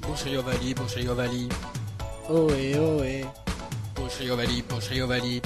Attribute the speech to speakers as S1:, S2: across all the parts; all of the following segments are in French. S1: Pochriovali, Pochriovali,
S2: Ohé, ohé.
S1: Pochriovali, Pochriovali.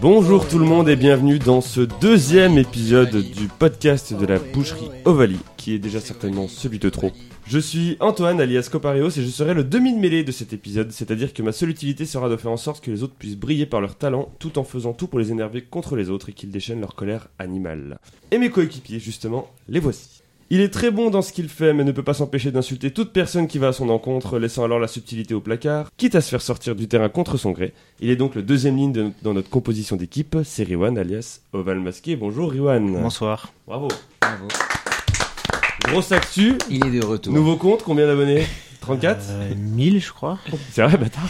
S3: Bonjour tout le monde et bienvenue dans ce deuxième épisode du podcast de la boucherie Ovalie, qui est déjà certainement celui de trop. Je suis Antoine alias Coparios et je serai le demi-mêlée de cet épisode, c'est-à-dire que ma seule utilité sera de faire en sorte que les autres puissent briller par leur talent tout en faisant tout pour les énerver contre les autres et qu'ils déchaînent leur colère animale. Et mes coéquipiers, justement, les voici. Il est très bon dans ce qu'il fait, mais ne peut pas s'empêcher d'insulter toute personne qui va à son encontre, laissant alors la subtilité au placard, quitte à se faire sortir du terrain contre son gré. Il est donc le deuxième ligne de- dans notre composition d'équipe, c'est Riwan alias Oval Masqué. Bonjour Riwan.
S4: Bonsoir.
S3: Bravo. Grosse actu,
S5: Il est de retour.
S3: nouveau compte, combien d'abonnés 34
S4: Euh, 1000, je crois.
S3: C'est vrai, bâtard.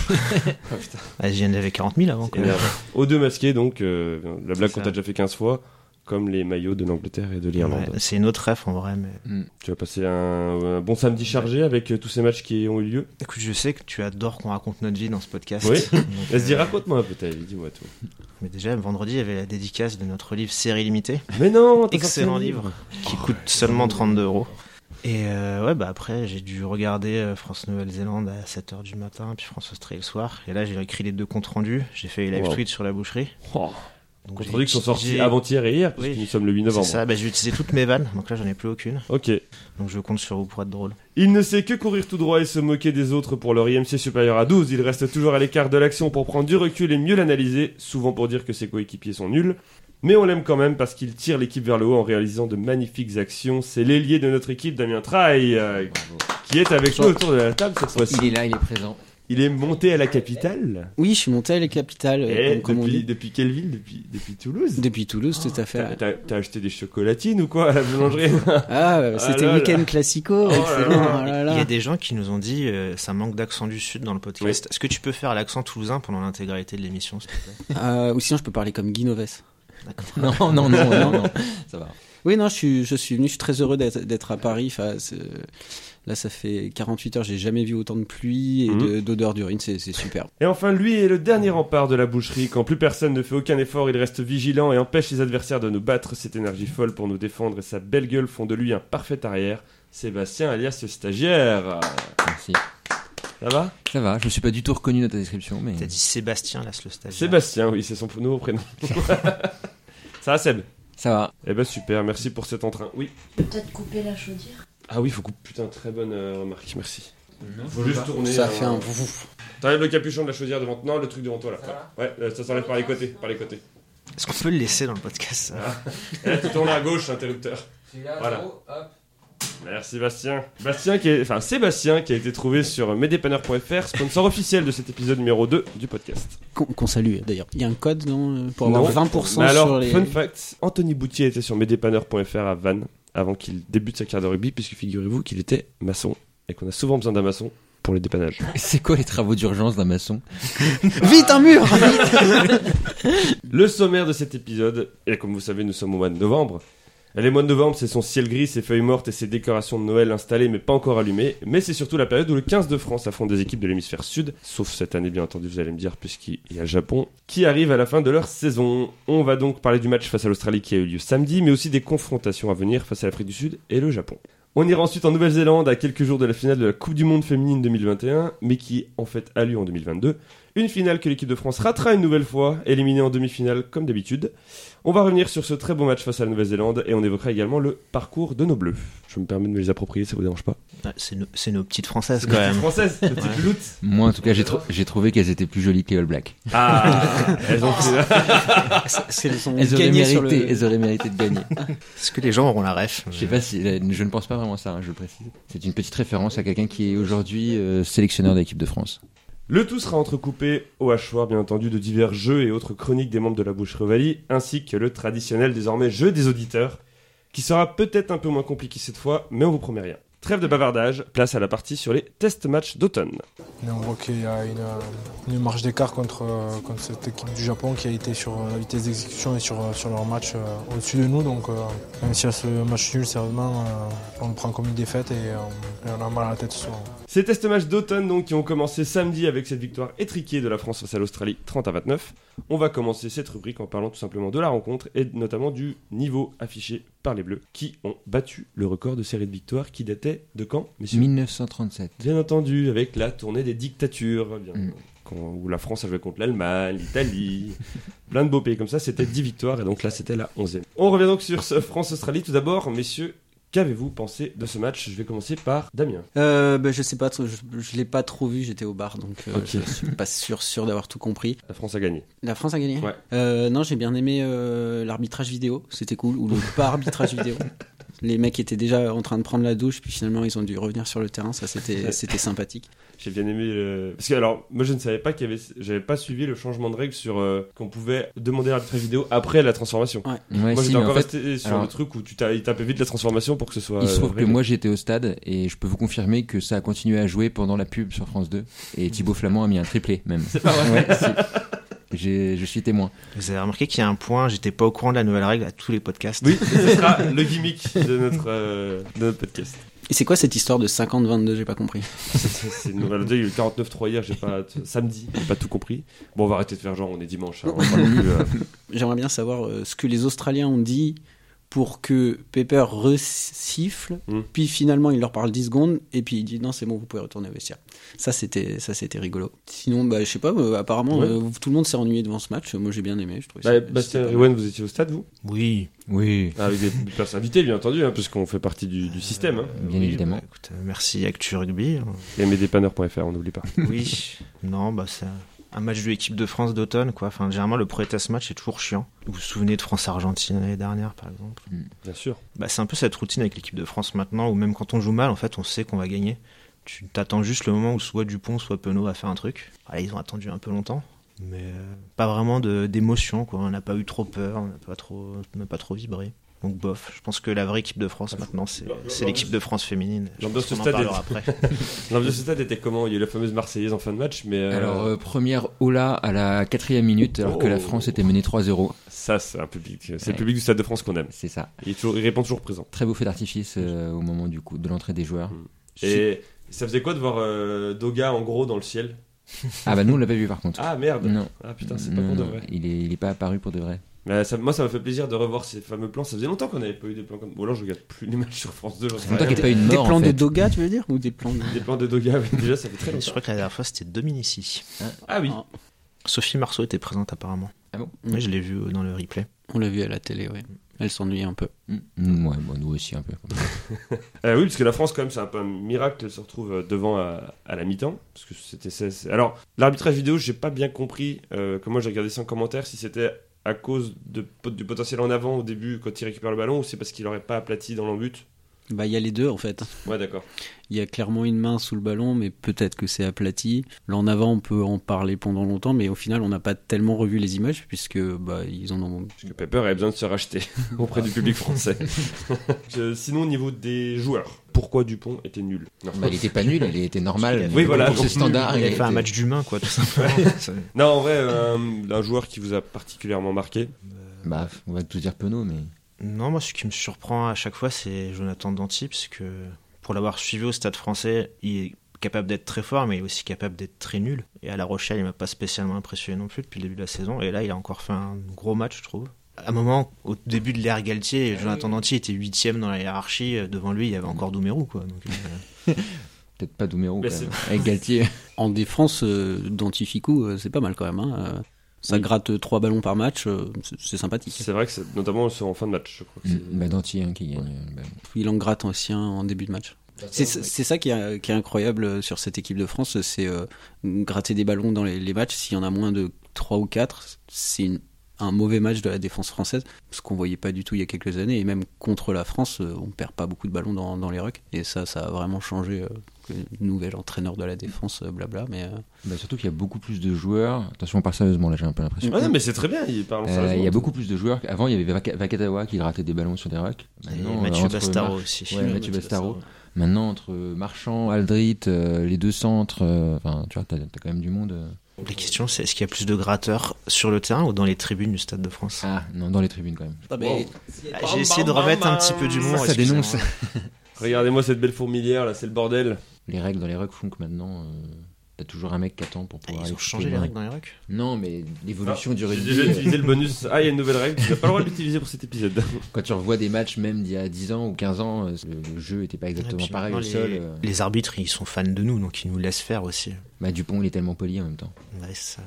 S4: Ah, j'en avais 40 000 avant. euh, Quoi.
S3: Aux deux masqués, donc euh, la blague
S4: C'est
S3: qu'on
S4: ça.
S3: t'a déjà fait 15 fois, comme les maillots de l'Angleterre et de l'Irlande.
S4: Ouais, c'est une autre ref en vrai. Mais...
S3: Tu vas passer un, un bon samedi chargé avec euh, tous ces matchs qui ont eu lieu.
S4: Écoute, je sais que tu adores qu'on raconte notre vie dans ce podcast.
S3: Oui.
S4: Donc,
S3: Vas-y,
S4: euh,
S3: raconte-moi un peu ta vie, dis-moi tout.
S4: Mais déjà, vendredi, il y avait la dédicace de notre livre Série Limitée,
S3: Mais non t'as
S4: Excellent
S3: sorti un
S4: livre. qui
S3: Oh,
S4: coûte
S3: Mmh.
S4: seulement 32 euros. Et euh, ouais, bah après, j'ai dû regarder euh, France-Nouvelle-Zélande à 7h du matin, puis France-Australie le soir. Et là, j'ai écrit les deux comptes rendus. J'ai fait les live
S3: Wow.
S4: tweets sur la boucherie.
S3: Oh,
S4: Donc,
S3: contre
S4: j'ai-
S3: qui sont sortis
S4: j'ai-
S3: avant-hier et hier,
S4: Oui.
S3: puisque nous sommes le 8
S4: C'est
S3: novembre.
S4: ça, bah, j'ai utilisé toutes mes vannes, donc là, j'en ai plus aucune.
S3: Ok.
S4: Donc je compte sur vous pour être drôle.
S3: Il ne sait que courir tout droit et se moquer des autres pour leur IMC supérieur à 12. Il reste toujours à l'écart de l'action pour prendre du recul et mieux l'analyser, souvent pour dire que ses coéquipiers sont nuls. Mais on l'aime quand même parce qu'il tire l'équipe vers le haut en réalisant de magnifiques actions. C'est l'ailier de notre équipe, Damien Traille, euh, qui est avec nous
S2: Bonsoir.
S3: autour de la table cette fois-ci.
S5: Il est là, il est présent.
S3: Il est monté à la capitale.
S2: Oui, je suis monté à la capitale, euh,
S3: Eh,
S2: comme, comme on
S3: depuis,
S2: dit.
S3: depuis quelle ville depuis, depuis Toulouse
S2: Depuis Toulouse, tout à
S3: T'as
S2: fait.
S3: t'as- t'as acheté des chocolatines ou quoi à la boulangerie
S2: Ah, euh, c'était
S3: là
S2: le
S3: là.
S2: week-end classico.
S3: là
S2: excellent,
S3: là.
S2: ah là
S4: Il y
S2: là.
S4: a des gens qui nous ont dit euh, ça manque d'accent du sud dans le podcast. Est-ce que tu peux faire l'accent toulousain pendant l'intégralité de l'émission s'il te plaît
S2: Euh, ou sinon, je peux parler comme Guy Noves.
S5: Non, non, non, non, non. Ça va.
S2: Oui, non, je suis, je suis venu, je suis très heureux d'être d'être à Paris. Enfin, c'est- là, ça fait 48 heures, j'ai jamais vu autant de pluie et
S3: Mhm.
S2: de- d'odeur d'urine, c'est c'est super.
S3: Et enfin, lui est le dernier rempart de la boucherie. Quand plus personne ne fait aucun effort, il reste vigilant et empêche les adversaires de nous battre. Cette énergie folle pour nous défendre et sa belle gueule font de lui un parfait arrière. Sébastien alias le stagiaire.
S5: Merci.
S3: Ça va
S5: Ça va, je me suis pas du tout reconnu dans ta description, mais.
S4: T'as dit Sébastien là, le stagiaire.
S3: Sébastien, oui, c'est son nouveau prénom. Ça va, Seb
S5: Ça va.
S3: Eh ben super, merci pour cet entrain. Oui.
S6: Peut-être couper la chaudière
S3: Ah oui, faut couper. Putain, très bonne euh, remarque, merci. Faut juste tourner.
S2: Ça
S3: euh,
S2: fait un vouf.
S3: T'enlèves le capuchon de la chaudière devant. Non, le truc devant toi là. Ouais, Ouais, euh, ça s'enlève par les côtés, par les côtés.
S4: Est-ce qu'on peut le laisser dans le podcast ça
S3: Et là, tu tournes à gauche, l'interrupteur. Voilà. Merci Bastien. Bastien qui est... enfin, Sébastien qui a été trouvé sur medepanner.fr, sponsor officiel de cet épisode numéro 2 du podcast.
S2: Qu'on qu'on salue d'ailleurs. Il y a un code non, euh, pour avoir
S3: Non.
S2: 20%
S3: Mais alors,
S2: sur les.
S3: fun fact, Anthony Boutier était sur medepanner.fr à Vannes avant qu'il débute sa carrière de rugby, puisque figurez-vous qu'il était maçon et qu'on a souvent besoin d'un maçon pour les dépannages.
S5: C'est quoi les travaux d'urgence d'un maçon
S2: Vite un mur
S3: Le sommaire de cet épisode, et comme vous savez, nous sommes au mois de novembre. Et les mois de novembre, c'est son ciel gris, ses feuilles mortes et ses décorations de Noël installées mais pas encore allumées. Mais c'est surtout la période où le 15 de France affronte des équipes de l'hémisphère sud, sauf cette année bien entendu, vous allez me dire, puisqu'il y a le Japon, qui arrive à la fin de leur saison. On va donc parler du match face à l'Australie qui a eu lieu samedi, mais aussi des confrontations à venir face à l'Afrique du Sud et le Japon. On ira ensuite en Nouvelle-Zélande à quelques jours de la finale de la Coupe du Monde féminine 2021, mais qui en fait a lieu en 2022. Une finale que l'équipe de France ratera une nouvelle fois, éliminée en demi-finale comme d'habitude. On va revenir sur ce très beau match face à la Nouvelle-Zélande et on évoquera également le parcours de nos bleus. Je me permets de me les approprier, ça vous dérange pas
S4: Ouais, C'est nos, c'est nos petites françaises quand même.
S3: Française, petite loutre.
S5: Moi, en tout cas, j'ai trou- j'ai trouvé qu'elles étaient plus jolies que les All Blacks.
S3: Ah, elles ont fait-
S2: Elles ont
S5: Elles auraient,
S2: gagné sur
S5: mérité,
S2: le.
S5: elles auraient mérité de gagner.
S4: Est-ce que les gens auront la ref
S5: Je sais pas si, euh, je ne pense pas vraiment à ça, hein, je le précise. C'est une petite référence à quelqu'un qui est aujourd'hui euh, sélectionneur de l'équipe de France.
S3: Le tout sera entrecoupé au hachoir, bien entendu, de divers jeux et autres chroniques des membres de la Bouche Revalie, ainsi que le traditionnel désormais jeu des auditeurs, qui sera peut-être un peu moins compliqué cette fois, mais on vous promet rien. Trêve de bavardage, place à la partie sur les test matchs d'automne.
S7: Mais on voit qu'il y a une, euh, une marge d'écart contre, euh, contre cette équipe du Japon qui a été sur euh, la vitesse d'exécution et sur, euh, sur leur match euh, au-dessus de nous. Donc euh, même si à ce match nul, sérieusement, euh, on le prend comme une défaite et, euh, et on a mal à la tête ce soir.
S3: Ces tests matchs d'automne donc qui ont commencé samedi avec cette victoire étriquée de la France face à l'Australie 30 à 29. On va commencer cette rubrique en parlant tout simplement de la rencontre et notamment du niveau affiché par les Bleus, qui ont battu le record de série de victoires qui datait de quand, messieurs
S5: 1937.
S3: Bien entendu, avec la tournée des dictatures, bien,
S5: Mm.
S3: quand- où la France a joué contre l'Allemagne, l'Italie, plein de beaux pays comme ça, c'était 10 victoires, et donc là c'était la 11e. On revient donc sur ce France-Australie. Tout d'abord, messieurs, qu'avez-vous pensé de ce match Je vais commencer par Damien.
S2: Euh, ben, je sais pas, trop, je, je l'ai pas trop vu, j'étais au bar, donc euh,
S3: Ok.
S2: je suis pas sûr, sûr d'avoir tout compris.
S3: La France a gagné.
S2: La France a gagné
S3: Ouais.
S2: Euh, Non, j'ai bien aimé euh, l'arbitrage vidéo, c'était cool, ou le pas-arbitrage vidéo. Les mecs étaient déjà en train de prendre la douche, puis finalement ils ont dû revenir sur le terrain, ça c'était c'était sympathique.
S3: J'ai bien aimé le... Parce que alors, moi je ne savais pas qu'il y avait... J'avais pas suivi le changement de règle sur... euh, qu'on pouvait demander l'arbitre vidéo après la transformation.
S5: Ouais,
S3: moi j'étais
S5: si, Ah, mais en
S3: encore
S5: fait,
S3: resté sur le
S5: alors-
S3: truc où tu t'as- il tapait vite la transformation pour que ce soit...
S5: Il se trouve
S3: euh,
S5: que
S3: réglé.
S5: moi j'étais au stade et je peux vous confirmer que ça a continué à jouer pendant la pub sur France 2 et Thibaut Flamand a mis un triplé même. C'est pas vrai. Je suis témoin.
S4: Vous avez remarqué qu'il y a un point, j'étais pas au courant de la nouvelle règle à tous les podcasts.
S3: Oui, ce sera le gimmick de notre, euh, de notre podcast.
S2: Et c'est quoi cette histoire de 50-22, j'ai pas compris
S3: C'est c'est une nouvelle. Déjà, il y a eu le 49-3 hier, j'ai pas. t- Samedi, j'ai pas tout compris. Bon, on va arrêter de faire genre, on est dimanche. hein, on parle plus, euh.
S2: J'aimerais bien savoir euh, ce que les Australiens ont dit pour que Pepper re-siffle,
S3: Mm.
S2: puis finalement il leur parle 10 secondes, et puis il dit non, c'est bon, vous pouvez retourner au vestiaire. Ça, c'était ça, c'était rigolo. Sinon, bah, je sais pas, euh, apparemment,
S3: Ouais.
S2: euh, tout le monde s'est ennuyé devant ce match. Moi, j'ai bien aimé, je trouvais
S3: Bah,
S2: ça.
S3: Bastien
S2: c'était
S3: et
S2: pas mal.
S3: Rowan, vous étiez au stade, vous
S4: Oui, Euh,
S5: Oui.
S3: Ah, Avec des des personnes invitées, bien entendu, hein, puisqu'on fait partie du, du système. Hein.
S5: Bien
S4: Oui,
S5: évidemment.
S4: bah, écoute, euh, merci Actu Rugby.
S3: Et mdpanner.fr, on n'oublie pas.
S4: Oui. non, bah c'est un match de l'équipe de France d'automne, quoi. Enfin, généralement, le premier test match est toujours chiant. Vous vous souvenez de France-Argentine l'année dernière, par exemple
S3: Bien sûr.
S4: bah, C'est un peu cette routine avec l'équipe de France maintenant, où même quand on joue mal, en fait, on sait qu'on va gagner. Tu t'attends juste le moment où soit Dupont, soit Penaud va faire un truc. Allez, ils ont attendu un peu longtemps, mais euh, pas vraiment de- d'émotion, quoi. On n'a pas eu trop peur, on n'a pas trop, on n'a pas trop vibré. Donc bof, je pense que la vraie équipe de France maintenant, c'est c'est l'équipe de France féminine. Je
S3: L'ambiance
S4: pense qu'on
S3: du
S4: en
S3: stade
S4: parlera
S3: est-
S4: après.
S3: L'ambiance au stade était comment Il y a eu la fameuse Marseillaise en fin de match, mais. euh,
S5: Alors euh, première Ola à la quatrième minute alors que la
S3: Oh.
S5: France était menée 3-0.
S3: Ça, c'est un public. C'est le
S5: Ouais.
S3: public du stade de France qu'on aime.
S5: C'est ça.
S3: Il, est toujours, il répond toujours présent.
S5: Très beau feu d'artifice euh, au moment du coup de l'entrée des joueurs.
S3: Mm. Et ça faisait quoi de voir euh, Doga en gros dans le ciel
S5: Ah bah nous on l'a pas vu par contre.
S3: Ah merde
S5: Non.
S3: Ah putain, c'est pas
S5: Non,
S3: pour de
S5: non,
S3: vrai.
S5: Il est, il est pas apparu pour de vrai.
S3: Mais ça- moi, ça m'a fait plaisir de revoir ces fameux plans. Ça faisait longtemps qu'on n'avait pas eu des plans comme. Bon, alors je regarde plus les matchs sur France 2. j'en sais
S5: C'est longtemps
S3: rien.
S5: qu'il n'y a pas eu une
S2: Des
S5: mort
S2: plans
S5: en
S2: de
S5: fait.
S2: Doga, tu veux dire Ou des plans de.
S3: Des plans de Doga, oui, déjà, ça fait très
S4: Je
S3: longtemps.
S4: crois que la dernière fois, c'était Dominici.
S3: Ah oui.
S4: Sophie Marceau était présente apparemment.
S5: Ah bon
S4: Oui, je l'ai vu euh, dans le replay.
S2: On l'a vu à la télé, ouais. Elle s'ennuyait un peu.
S3: Mmh.
S5: Mm, ouais, bon, nous aussi un peu.
S3: Bah, Euh, oui, parce que la France, quand même, c'est un peu un miracle qu'elle se retrouve euh, devant à, à la mi-temps. Parce que c'était. c'est- c'est- Alors, l'arbitrage vidéo, j'ai pas bien compris. euh, que moi, j'ai regardé ça en commentaire si c'était à cause de, pot- du potentiel en avant au début quand il récupère le ballon ou c'est parce qu'il aurait pas aplati dans l'embut.
S2: Bah, il y a les deux en fait.
S3: Ouais, d'accord.
S2: Il y a clairement une main sous le ballon, mais peut-être que c'est aplati. L'en avant, on peut en parler pendant longtemps, mais au final, on n'a pas tellement revu les images, puisque bah, ils en ont.
S3: Parce que Pepper avait besoin de se racheter auprès du public français. Euh, Sinon, au niveau des joueurs, pourquoi Dupont était nul Non.
S5: Bah, il était pas nul, il était normal.
S4: Oui,
S5: mais
S3: voilà,
S5: Pour
S3: donc
S5: ce standard,
S4: Il
S5: il
S4: a fait un
S5: était-
S4: match d'humain, quoi, tout simplement. C'est-
S3: Non, en vrai, euh, un, un joueur qui vous a particulièrement marqué.
S5: Bah, on va tous dire Penaud, mais.
S4: non, moi, ce qui me surprend à chaque fois, c'est Jonathan Danti, parce que pour l'avoir suivi au stade français, il est capable d'être très fort, mais il est aussi capable d'être très nul. Et à La Rochelle, il m'a pas spécialement impressionné non plus depuis le début de la saison. Et là, il a encore fait un gros match, je trouve. À un moment, au début de l'ère Galtier, Jonathan Danti était huitième dans la hiérarchie. Devant lui, il y avait encore Doumerou, quoi. Donc, euh,
S5: Peut-être pas Doumerou,
S3: Mais
S5: quand
S3: c'est-
S5: même, avec Galtier.
S2: En défense, euh, Dantificou, euh, c'est pas mal quand même. hein. Euh, Ça gratte euh, trois ballons par match, euh, c'est- c'est sympathique.
S3: C'est vrai que c'est notamment sur- en fin de match, je crois. que c'est-
S5: bah, Danti, hein, qui gagne. euh, bah,
S2: Il en gratte aussi un en début de match. C'est c'est ça qui est, qui est incroyable euh, sur cette équipe de France, c'est euh, gratter des ballons dans les, les matchs. S'il y en a moins de 3 ou 4, c'est une- un mauvais match de la défense française, ce qu'on voyait pas du tout il y a quelques années. Et même contre la France, euh, on perd pas beaucoup de ballons dans, dans les rucks. Et ça, ça a vraiment changé. euh, que le nouvel entraîneur de la défense, euh, blabla. Mais euh,
S5: bah, surtout qu'il y a beaucoup plus de joueurs. Attention, on parle sérieusement, là, j'ai un peu l'impression.
S3: Ah non, mais c'est très bien, il parle
S5: Mm. Euh,
S3: sérieusement.
S5: il y a beaucoup plus de joueurs. Avant, il y avait Vaca- Vakatawa qui grattait des ballons sur des rocks.
S4: et
S5: Maintenant, euh,
S4: Mathieu
S5: entre
S4: Bastaro
S5: Mar-
S4: aussi.
S5: Ouais, Mathieu Bastaro. Maintenant, entre Marchand, Aldrit, euh, les deux centres, euh, enfin, tu vois, t'as t'as quand même du monde. euh.
S4: La question, c'est est-ce qu'il y a plus de gratteurs sur le terrain ou dans les tribunes du Stade de France
S5: Ah, non, dans les tribunes quand même.
S4: Ah, J'ai essayé de remettre un petit peu d'humour.
S5: Ça, ça
S4: excusez-moi.
S5: dénonce.
S3: Regardez-moi cette belle fourmilière, là, c'est le bordel.
S5: Les règles dans les rocks font que maintenant, euh, T'as toujours un mec qui attend pour
S4: Ah,
S5: pouvoir
S4: ils
S5: aller
S4: ont
S5: couper
S4: changé
S5: le
S4: les
S5: ballon.
S4: règles dans les règles
S5: Non, mais l'évolution du
S3: J'ai
S5: rugby.
S3: déjà
S5: euh,
S3: utilisé le bonus. Ah, il y a une nouvelle règle. Tu n'as pas le droit de l'utiliser pour cet épisode.
S5: Quand tu revois des matchs, même d'il y a 10 ans ou 15 ans, euh, le, le jeu était pas
S4: Et
S5: exactement
S4: Ah, puis
S5: pareil.
S4: maintenant,
S5: au
S4: les,
S5: sol, euh,
S4: les arbitres, ils sont fans de nous, donc ils nous laissent faire aussi.
S5: bah, Dupont, il est tellement poli en même temps.
S4: Ouais, ça-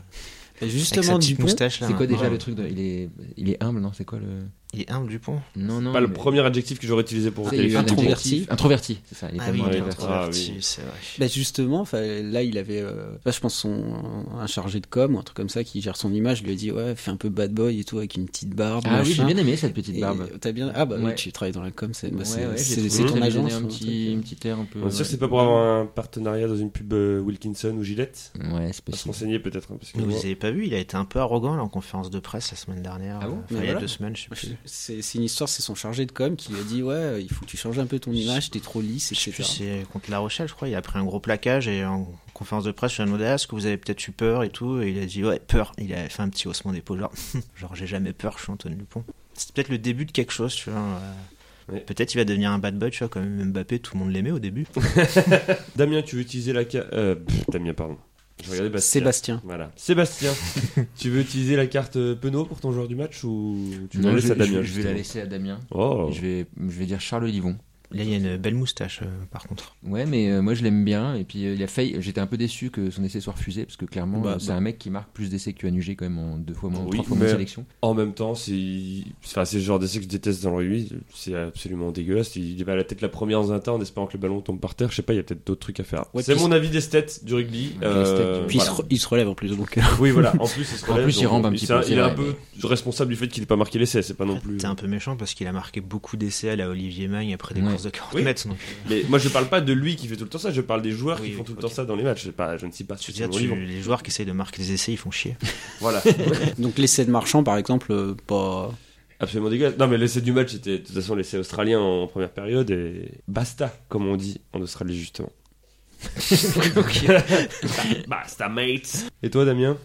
S2: Et
S4: Avec sa
S2: justement,
S4: petite
S2: Dupont,
S4: moustache, là,
S5: C'est quoi
S4: maintenant.
S5: déjà le truc de- il, est, il est humble, non C'est quoi le.
S4: Il est humble, Dupont
S5: Non, non.
S3: Pas le
S5: mais-
S3: premier adjectif que j'aurais utilisé pour
S5: Ça, Ah, il y a eu un
S3: qualifier.
S2: Introverti.
S5: adjectif- Introverti, c'est ça. Il est
S4: Ah oui,
S5: tellement
S4: il est
S3: introverti.
S5: introverti.
S4: introverti,
S3: Ah oui.
S4: c'est vrai.
S2: Bah justement, enfin, là il avait, euh, bah, je pense son un chargé de com, ou un truc comme ça, qui gère son image, lui a dit ouais, fais un peu bad boy et tout avec une petite barbe.
S5: Ah oui, j'ai
S2: machin.
S5: bien aimé cette petite barbe.
S2: Et T'as bien ah bah
S5: Ouais.
S2: oui, tu travailles dans la com, c'est bah,
S5: Ouais,
S2: c'est-
S5: ouais, j'ai
S2: c'est
S5: trouvé
S2: c'est
S5: que
S2: ton
S5: ça lui donnait
S2: agence.
S5: un
S2: hein,
S5: petit, un petit air un peu.
S3: On est sûr que c'est pas pour avoir un partenariat dans une pub euh, Wilkinson ou Gillette
S5: Ouais, c'est
S3: À se
S5: possible.
S3: renseigner peut-être. hein, parce que
S4: Mais vous
S3: moi-
S4: avez pas vu, il a été un peu arrogant là, en conférence de presse la semaine dernière. euh,
S5: Ah bon
S4: Enfin,
S2: Mais
S4: il y a
S2: voilà.
S4: deux semaines, je sais
S2: un
S4: plus.
S2: truc. C'est c'est une histoire, c'est son chargé de com qui lui a dit ouais, euh, il faut que tu changes un peu ton image, t'es trop lisse,
S4: Je sais plus,
S2: etc.
S4: c'est contre La Rochelle, je crois. Il a pris un gros plaquage et en conférence de presse, je suis demandé Ah, est-ce que vous avez peut-être eu peur et tout. Et il a dit ouais, peur. Il a fait un petit haussement d'épaule, genre, genre j'ai jamais peur, je suis Antoine Dupont. C'est peut-être le début de quelque chose, tu vois. euh,
S3: Ouais.
S4: Peut-être il va devenir un bad boy, tu vois, comme Mbappé, tout le monde l'aimait au début.
S3: Damien, tu veux utiliser la carte. euh, Damien, pardon. Je regardais Bastien.
S2: Sébastien.
S3: Voilà. Sébastien, tu veux utiliser la carte euh, Penaud pour ton joueur du match ou tu
S5: Non,
S3: la laisses
S5: je,
S3: à Damien
S5: je- je vais
S3: justement
S5: la laisser à Damien.
S3: Oh.
S5: Je, vais, je vais dire Charles Livon.
S4: Là, il y a une belle moustache, euh, par contre.
S5: Ouais, mais euh, moi je l'aime bien. Et puis euh, il a failli. J'étais un peu déçu que son essai soit refusé parce que clairement,
S2: Bah,
S5: euh, c'est
S2: bah.
S5: un mec qui marque plus d'essais que Anugé quand même en deux fois moins,
S3: Oui,
S5: trois fois moins de
S3: mais-
S5: sélection.
S3: En même temps, c'est enfin, c'est le genre d'essai que je déteste dans le rugby. C'est absolument dégueulasse. Il va à la tête la première dans un tas en espérant que le ballon tombe par terre. Je sais pas, il y a peut-être d'autres trucs à faire.
S2: Ouais,
S3: c'est
S2: puis-
S3: mon avis d'esthète du rugby.
S5: Ouais,
S3: Euh,
S5: l'esthète du-
S2: Puis il se
S3: voilà.
S2: re- il se relève en plus donc. euh,
S3: Oui, voilà. En plus, il se
S5: En
S3: relève,
S5: plus, il
S3: donc,
S5: rampe un
S3: il-
S5: petit
S3: c'est un-
S5: peu,
S3: Il est un
S5: c'est
S3: peu
S5: vrai, Ah,
S3: responsable du fait qu'il n'ait pas marqué l'essai. C'est pas non plus. euh.
S4: T'es un peu méchant parce qu'il a marqué beaucoup d'essais à la Olivier Magne après des
S5: Ouais.
S4: courses de 40
S3: Oui.
S4: mètres. Donc,
S3: Mais moi, je parle pas de lui qui fait tout le temps ça. Je parle des joueurs
S4: Oui,
S3: qui font
S4: oui,
S3: tout le
S4: ok.
S3: temps ça dans les matchs. Je, sais pas, je ne sais pas si
S4: tu veux dire,
S3: c'est
S4: tu-
S3: bon livre.
S4: les joueurs qui essayent de marquer des essais, ils font chier.
S3: Voilà.
S2: Donc l'essai de Marchand par exemple, euh, pas.
S3: Absolument dégueulasse. Non, mais l'essai du match était de toute façon l'essai australien en première période et basta, comme on dit en Australie justement. basta, mate. Et toi, Damien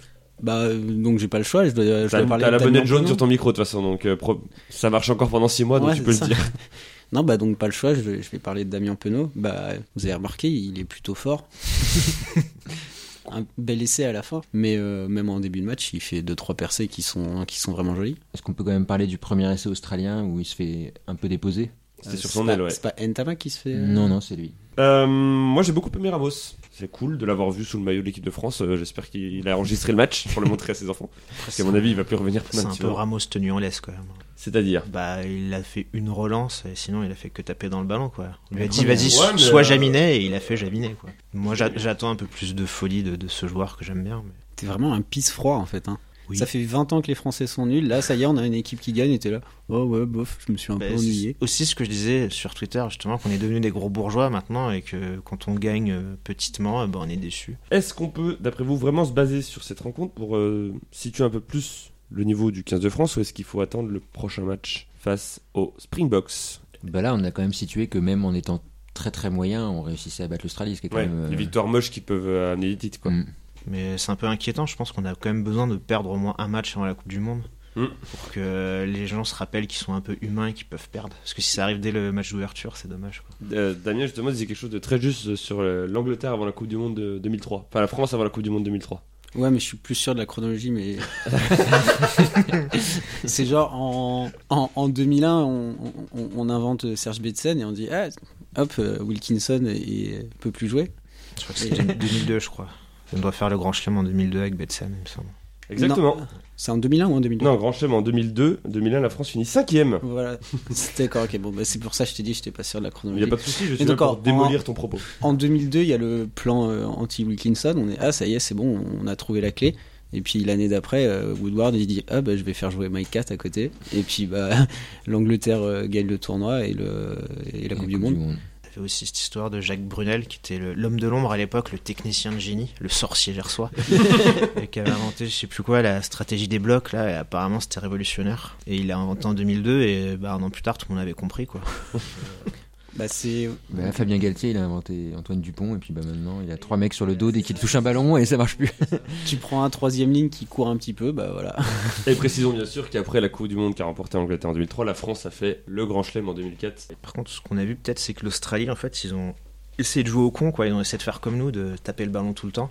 S2: Bah euh, donc j'ai pas le choix, je dois, je
S3: T'as
S2: dois parler.
S3: t'as la
S2: de Damien
S3: bonnette jaune
S2: Penaud.
S3: sur ton micro de toute façon, donc euh, pro- ça marche encore pendant 6 mois, donc
S2: Ouais,
S3: tu
S2: c'est
S3: peux
S2: ça.
S3: le dire.
S2: Non, bah donc pas le choix, je vais, je vais parler de Damien Penaud. Bah, vous avez remarqué, il est plutôt fort. Un bel essai à la fin, mais euh, même en début de match, il fait 2-3 percées qui sont, hein, qui sont vraiment jolies.
S5: Est-ce qu'on peut quand même parler du premier essai australien où il se fait un peu déposer
S3: C'était
S2: Euh,
S3: sur son
S2: pas-
S3: aile, ouais.
S2: C'est pas Entama qui se fait. euh,
S5: Non, non, c'est lui.
S3: Euh, moi, j'ai beaucoup aimé Ramos. C'est cool de l'avoir vu sous le maillot de l'équipe de France. Euh, J'espère qu'il a enregistré le match pour le montrer à ses enfants. Parce qu'à mon avis, il va plus revenir
S4: C'est
S3: pendant un
S4: un
S3: petit
S4: peu
S3: moment.
S4: Ramos tenu en laisse quand même.
S3: C'est-à-dire.
S4: Bah, il a fait une relance et sinon il a fait que taper dans le ballon quoi. On lui a
S5: Mais
S4: dit
S5: ouais,
S4: vas-y,
S3: mais,
S4: so- sois
S3: euh,
S4: Jaminet et il a fait Jaminet quoi. Moi j'a- j'attends un peu plus de folie de, de ce joueur que j'aime bien. Mais...
S2: T'es vraiment un pisse froid en fait. hein.
S4: Oui.
S2: Ça fait 20 ans que les Français sont nuls. Là, ça y est, on a une équipe qui gagne et t'es là. Oh ouais, bof, je me suis un
S4: Bah,
S2: peu
S4: c'est
S2: ennuyé.
S4: aussi ce que je disais sur Twitter justement qu'on est devenus des gros bourgeois maintenant et que quand on gagne euh, petitement, euh, bah, on est déçu.
S3: Est-ce qu'on peut, d'après vous, vraiment se baser sur cette rencontre pour euh, situer un peu plus le niveau du 15 de France ou est-ce qu'il faut attendre le prochain match face aux Springboks
S5: Bah là, on a quand même situé que même en étant très très moyen, on réussissait à battre l'Australie, ce qui est quand
S3: Ouais,
S5: même. euh,
S3: les victoires moches qui peuvent euh, amener des titres. Quoi.
S5: mm.
S4: Mais c'est un peu inquiétant, je pense qu'on a quand même besoin de perdre au moins un match avant la Coupe du Monde.
S3: Mm.
S4: Pour que les gens se rappellent qu'ils sont un peu humains et qu'ils peuvent perdre. Parce que si ça arrive dès le match d'ouverture, c'est dommage. quoi.
S3: Euh, Damien, justement, disait quelque chose de très juste sur euh, l'Angleterre avant la Coupe du Monde de 2003. Enfin, la France avant la Coupe du Monde 2003.
S2: Ouais, mais je suis plus sûr de la chronologie, mais. c'est genre en, en, en 2001, on, on, on invente Serge Betsen et on dit ah, hop, euh, Wilkinson et, et peut plus jouer.
S4: Je crois que c'est 2002, je crois. On doit faire le grand chelem en 2002 avec Betsen, il me semble.
S3: Exactement.
S2: Non, C'est en 2001 ou en 2002
S3: Non, grand chemin en 2002. 2001, la France finit cinquième.
S2: Voilà, c'était d'accord, ok, bon, bah, c'est pour ça que je t'ai dit, j'étais pas sûr de la
S3: Il
S2: chronologie.
S3: n'y a pas de souci, je suis
S2: Mais
S3: là pour
S2: d'accord,
S3: démolir ton propos.
S2: En 2002, il y a le plan euh, anti-Wilkinson, on est, ah, ça y est, c'est bon, on a trouvé la clé. Et puis l'année d'après, euh, Woodward, il dit, ah, bah, je vais faire jouer Mike Cat à côté. Et puis, bah, l'Angleterre euh, gagne le tournoi et, le, et la Coupe du Monde.
S4: Il y avait aussi cette histoire de Jacques Brunel, qui était le- l'homme de l'ombre à l'époque, le technicien de génie, le sorcier gersois, et qui avait inventé, je sais plus quoi, la stratégie des blocs, là, et apparemment c'était révolutionnaire. Et il l'a inventé en 2002, et bah, un an plus tard, tout le monde avait compris, quoi.
S2: Bah, c'est.
S5: Bah là, Fabien Galtier, il a inventé Antoine Dupont, et puis bah maintenant, il a trois mecs sur le dos dès qu'il touche un ballon et ça marche plus.
S2: Tu prends un troisième ligne qui court un petit peu, bah voilà.
S3: Et précisons bien sûr qu'après la Coupe du Monde qu'a remporté l'Angleterre en 2003, la France a fait le grand chelem en 2004.
S4: Par contre, ce qu'on a vu peut-être, c'est que l'Australie, en fait, ils ont essayer de jouer au con, quoi. Ils ont essayé de faire comme nous, de taper le ballon tout le temps.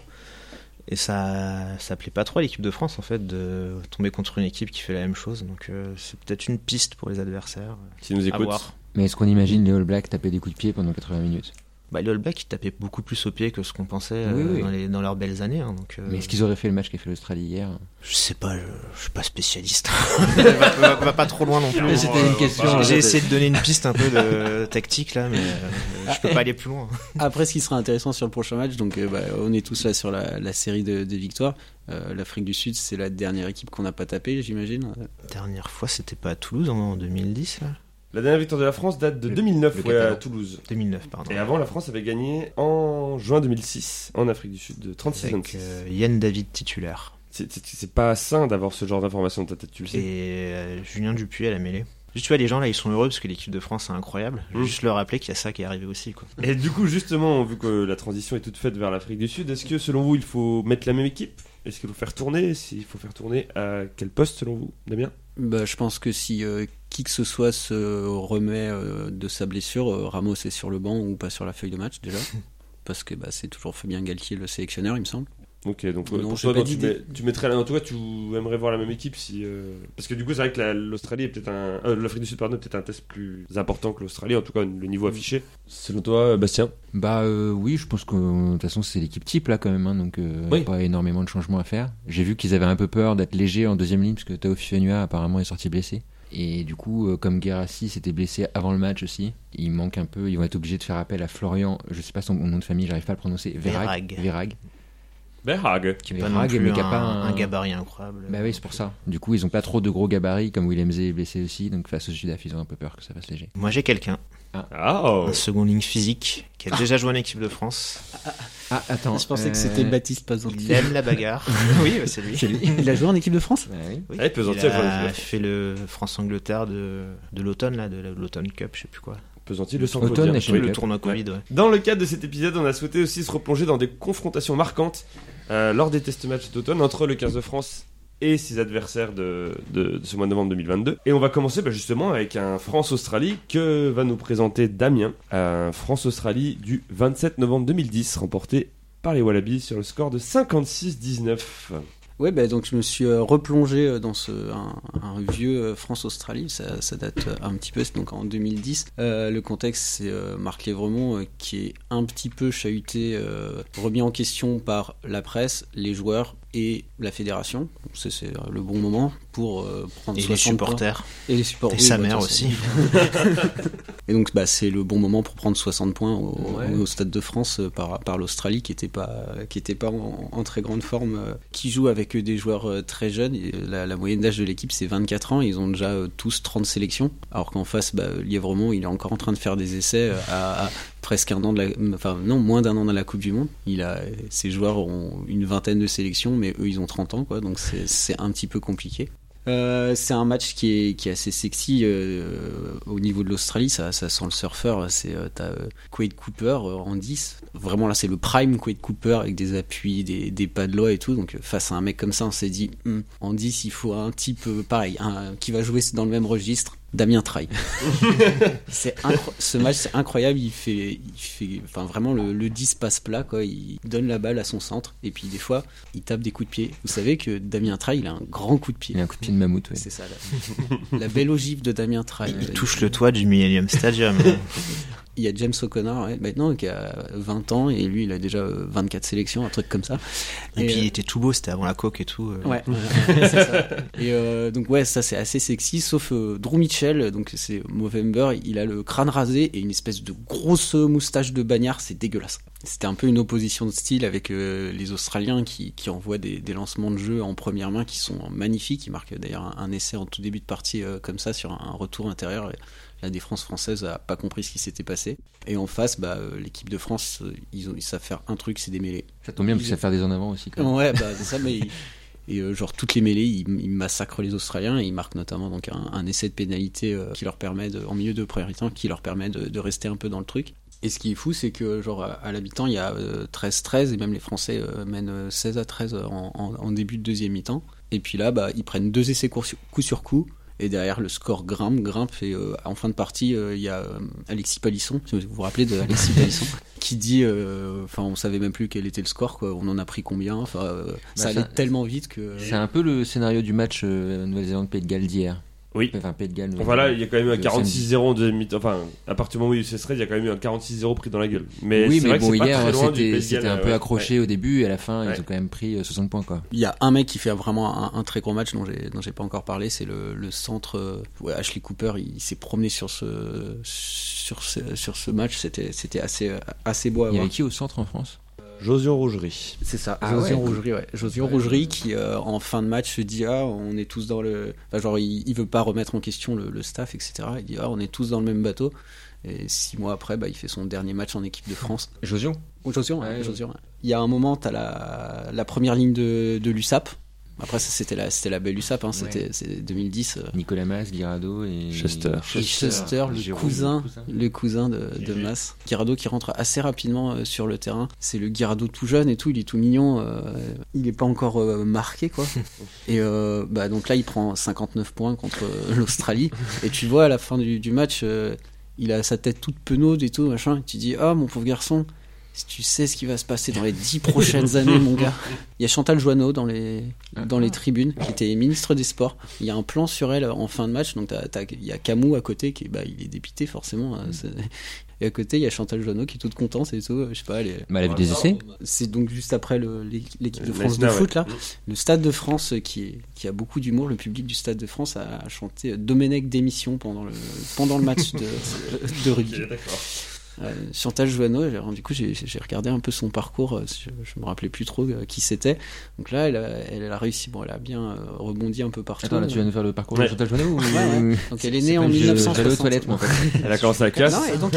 S4: Et ça, ça plaît pas trop à l'équipe de France, en fait, de tomber contre une équipe qui fait la même chose. Donc euh, c'est peut-être une piste pour les adversaires.
S3: Qui nous
S4: À
S3: écoute.
S4: voir.
S5: Mais est-ce qu'on imagine les All Blacks taper des coups de pied pendant 80 minutes
S4: Bah, les All Blacks, ils tapaient beaucoup plus au pied que ce qu'on pensait
S5: Oui,
S4: euh,
S5: oui.
S4: Dans, les- dans leurs belles années. hein. donc, euh,
S5: Mais est-ce qu'ils auraient fait le match qu'a fait l'Australie hier
S4: Je sais pas, je, je suis pas spécialiste. va, va- va pas trop loin non plus.
S2: Mais c'était une question,
S4: J'ai-
S2: en fait.
S4: J'ai essayé de donner une piste un peu de tactique là, mais euh,
S5: Ah,
S4: je peux
S5: eh.
S4: pas aller plus loin.
S2: Après, ce qui sera intéressant sur le prochain match, donc euh, bah, on est tous là sur la, la série de, des victoires. Euh, L'Afrique du Sud, c'est la dernière équipe qu'on n'a pas tapée, j'imagine.
S4: Dernière fois, c'était pas à Toulouse en 2010, là
S3: La dernière victoire de la France date de
S5: Le-
S3: 2009,
S5: le
S3: ouais, à
S5: Qatar.
S3: Toulouse.
S4: 2009, pardon.
S3: Et avant, la France avait gagné en juin 2006 en Afrique du Sud de 36-26.
S4: avec euh, Yann David titulaire
S3: C'est- C'est c'est pas sain d'avoir ce genre d'informations dans ta tête, tu le sais.
S4: et euh, Julien Dupuis à la mêlée. Juste, tu vois, les gens là, ils sont heureux parce que l'équipe de France est incroyable. Je veux
S3: Mm.
S4: Juste leur rappeler qu'il y a ça qui est arrivé aussi, quoi.
S3: Et du coup, justement, vu que la transition est toute faite vers l'Afrique du Sud, est-ce que selon vous, il faut mettre la même équipe Est-ce qu'il faut faire tourner S'il faut faire tourner, à quel poste selon vous, Damien
S2: Bah, je pense que si euh, qui que ce soit se remet euh, de sa blessure, euh, Ramos est sur le banc ou pas sur la feuille de match déjà. Parce que bah, c'est toujours Fabien Galtier le sélectionneur, il me semble.
S3: Ok, donc
S2: Non,
S3: euh, pour
S2: j'ai
S3: toi,
S2: pas
S3: non, tu,
S2: d'idée.
S3: mets- tu mettrais, en tout cas, tu aimerais voir la même équipe si, euh, parce que du coup, c'est vrai que la- l'Australie est peut-être un, euh, l'Afrique du Sud pardon, est peut-être un test plus important que l'Australie, en tout cas le niveau affiché. Selon toi, Bastien
S5: Bah euh, oui, je pense que de toute façon c'est l'équipe type là quand même, hein, donc euh,
S3: Oui.
S5: pas énormément de changements à faire. J'ai vu qu'ils avaient un peu peur d'être légers en deuxième ligne parce que Tao Fifenua apparemment est sorti blessé. Et du coup, euh, comme Guerassi s'était blessé avant le match aussi, il manque un peu, ils vont être obligés de faire appel à Florian, je sais pas son nom de famille, j'arrive pas à le prononcer, Verag.
S4: Verhaeghe.
S5: Verag.
S3: Berhag.
S4: Qui est pas
S5: Verhaeghe,
S4: non plus
S5: mais qui a
S4: un,
S5: pas un-
S4: un gabarit incroyable.
S5: Bah oui, c'est pour ça. Du coup, ils ont pas trop de gros gabarits comme Willem Zé est blessé aussi, donc face au Sudaf, ils ont un peu peur que ça fasse léger.
S4: Moi, j'ai quelqu'un,
S3: Ah
S4: un second ligne physique, qui a déjà joué en équipe de France.
S5: Ah, attends.
S2: je pensais que c'était
S5: euh,
S2: Baptiste
S4: Il
S2: Pazanti.
S4: aime la bagarre. oui, bah, c'est lui.
S2: C'est lui. Il a joué en équipe de France
S5: bah oui.
S4: Oui.
S3: Ah, il peut
S4: il
S3: sortir pour
S4: a
S3: le-
S4: fait le France-Angleterre de, de l'automne, là, de la- de l'automne cup, je sais plus quoi.
S3: Pesanti, le sang
S5: Automne,
S3: claudien.
S5: la
S4: Oui,
S5: chaîne
S4: le
S5: Cup.
S4: tournoi Covid, ouais.
S3: Dans le cadre de cet épisode, on a souhaité aussi se replonger dans des confrontations marquantes euh, lors des test matchs d'automne entre le 15 de France et ses adversaires de, de- de ce mois de novembre 2022. Et on va commencer bah, justement avec un France-Australie que va nous présenter Damien. Un France-Australie du 27 novembre 2010, remporté par les Wallabies sur le score de 56-19.
S2: Ouais, bah, donc je me suis euh, replongé euh, dans ce, un, un vieux euh, France-Australie, ça, ça date euh, un petit peu, c'est donc en 2010. Euh, le contexte, c'est euh, Marc Lévremont euh, qui est un petit peu chahuté, euh, remis en question par la presse, les joueurs et la fédération. Donc, C'est c'est, euh, le bon moment pour euh, prendre
S4: Et les
S2: 60 points.
S4: supporters.
S2: Et les supporters.
S4: Et
S2: oui,
S4: sa
S2: bah, de
S4: mère
S2: toute façon.
S4: aussi.
S2: Et donc bah, c'est le bon moment pour prendre 60 points au,
S3: Ouais.
S2: au Stade de France euh, par, par l'Australie qui n'était pas, qui était pas en, en très grande forme, euh, qui joue avec euh, des joueurs euh, très jeunes. Et la, la moyenne d'âge de l'équipe c'est 24 ans, ils ont déjà euh, tous 30 sélections, alors qu'en face bah, Lièvremont il est encore en train de faire des essais euh, à, à presque un an de la, enfin non moins d'un an de la Coupe du Monde. Il a, ces joueurs ont une vingtaine de sélections, mais eux ils ont 30 ans quoi, donc c'est- c'est un petit peu compliqué. Euh, c'est un match qui est, qui est assez sexy euh, au niveau de l'Australie, ça, ça sent le surfeur. C'est euh, t'as euh, Quade Cooper euh, en 10. Vraiment là, c'est le prime Quade Cooper avec des appuis, des, des pas de loi et tout. Donc euh, face à un mec comme ça, on s'est dit Hmm, en 10, il faut un type euh, pareil, un- qui va jouer dans le même registre. Damien Trail. c'est incro- ce match, c'est incroyable. Il fait, il fait, enfin vraiment le, le 10 passe plat quoi. Il donne la balle à son centre et puis des fois, il tape des coups de pied. Vous savez que Damien Trail, il a un grand coup de pied.
S5: Il a un coup de pied de mammouth, ouais.
S2: C'est ça, la, la belle ogive de Damien Trail.
S4: Il touche le toit du Millennium Stadium. hein.
S2: Il y a James O'Connor, ouais, maintenant, qui a 20 ans, et lui, il a déjà euh, 24 sélections, un truc comme ça.
S4: Et, puis
S2: euh,
S4: il était tout beau, c'était avant la coque et tout. euh.
S2: Ouais, ouais, c'est ça. Et euh, donc ouais, ça c'est assez sexy, sauf euh, Drew Mitchell, donc c'est Movember, il a le crâne rasé et une espèce de grosse moustache de bagnard, c'est dégueulasse. C'était un peu une opposition de style avec euh, les Australiens qui, qui envoient des, des lancements de jeu en première main qui sont magnifiques, ils marquent d'ailleurs un, un essai en tout début de partie euh, comme ça sur un, un retour intérieur. Et la défense française a pas compris ce qui s'était passé. Et en face, bah, euh, l'équipe de France, euh, ils, ont, ils savent faire un truc, c'est des mêlées.
S5: Ça tombe bien parce que ça fait des en avant aussi. Quand même.
S2: Ouais, bah c'est ça, mais. il- Et euh, genre toutes les mêlées, ils, ils massacrent les Australiens et ils marquent notamment donc un, un essai de pénalité euh, qui leur permet de, en milieu de premier temps, qui leur permet de, de rester un peu dans le truc. Et ce qui est fou, c'est que genre à, à l'habitant, il y a euh, 13-13 et même les Français euh, mènent euh, 16 à 13 en, en- en début de deuxième mi-temps. Et puis là, bah, ils prennent deux essais court sur- coup sur coup Et derrière, le score grimpe, grimpe. Et euh, en fin de partie, euh, il y a euh, Alexis Palisson, si vous vous rappelez de Alexis Palisson, qui dit euh, Enfin, on savait même plus quel était le score, quoi. On en a pris combien Enfin, euh, ça
S5: Bah, ça-
S2: allait tellement vite que.
S5: C'est un peu le scénario du match euh, Nouvelle-Zélande-Pays de Galles d'hier.
S3: Oui.
S5: Enfin, Pays de Galles.
S3: Enfin là, il y a quand même un
S5: Le
S3: 46-0 en deuxième mi-temps. Enfin, à partir du moment où il se stresse, il y a quand même eu un 46-0 pris dans la gueule. Mais
S5: oui,
S3: c'est
S5: mais
S3: vrai
S5: bon,
S3: que c'est pas
S5: hier,
S3: très loin du
S5: c'était
S3: PSG,
S5: c'était un
S3: là,
S5: peu
S3: euh, ouais.
S5: accroché au début et à la fin,
S3: Ouais.
S5: ils ont quand même pris euh, 60 points, quoi.
S2: Il y a un mec qui fait vraiment un, un très gros match dont j'ai dont j'ai pas encore parlé, c'est le, le centre euh, ouais, Ashley Cooper, il, s'est promené sur ce sur ce, sur ce match, c'était c'était assez euh, assez beau à
S5: Il y
S2: voir.
S5: avait qui au centre en France
S3: Josion Rougerie.
S2: C'est ça,
S5: Ah
S2: Josien
S5: ouais.
S2: Rougerie, ouais. Josien
S5: Ouais.
S2: Rougerie qui euh, en fin de match se dit ah on est tous dans le, enfin, genre il, il veut pas remettre en question le, le staff etc. Il dit ah on est tous dans le même bateau. Et six mois après, bah, il fait son dernier match en équipe de France.
S5: Josion
S2: Oh, Josion,
S5: Ouais,
S2: hein,
S5: ouais.
S2: Josion, hein. Il y a un moment, tu as la, la première ligne de, de l'USAP. Après, ça, c'était la, c'était la belle USAP, hein, c'était c'est 2010. euh,
S5: Nicolas Mas, Guirado et.
S3: Chester.
S2: et Schuster, le
S5: Giroud,
S2: cousin,
S5: cousin.
S2: le cousin de, de Mas. Girardeau qui rentre assez rapidement euh, sur le terrain. C'est le Girardeau tout jeune et tout, il est tout mignon. euh, il n'est pas encore euh, marqué, quoi. et euh, bah, donc là, il prend 59 points contre euh, l'Australie. Et tu vois, à la fin du, du match, euh, il a sa tête toute penaude et tout, machin. Et tu dis, ah, mon pauvre garçon. Si tu sais ce qui va se passer dans les dix prochaines années, mon gars. Il y a Chantal Joanneau dans les, dans les tribunes, qui était ministre des Sports. Il y a un plan sur elle en fin de match. Donc, t'as- t'as- il y a Camus à côté, qui est- bah, il est dépité forcément.
S5: Mm.
S2: hein, c'est- Et à côté, il y a Chantal Joanneau qui est toute contente et tout. euh, Je sais pas, elle est-
S5: Bah, elle avait des essais
S2: c'est donc juste après le- l'équipe l'équipe de
S3: Euh,
S2: France de
S3: Lesnar,
S2: foot,
S3: ouais.
S2: là. Le Stade de France, euh, qui, est- qui a beaucoup d'humour, le public du Stade de France a chanté euh, Domenech démission pendant le, pendant le match de, de rugby.
S3: D'accord.
S2: Euh, Chantal Joanneau, elle- alors, du coup, j'ai j'ai regardé un peu son parcours, euh, je, je me rappelais plus trop euh, qui c'était. Donc là, elle a, elle, elle a réussi, bon, elle a bien euh, rebondi un peu partout.
S5: Attends, là, tu viens de faire le parcours de
S3: Ouais.
S5: Chantal Joanneau ou...
S2: Ouais, Donc elle est née
S5: C'est
S2: en
S5: pas- je-
S2: 1960.
S5: J'allais aux toilettes, moi, en fait.
S3: Elle a commencé à
S2: Non,
S3: casse.
S2: et donc,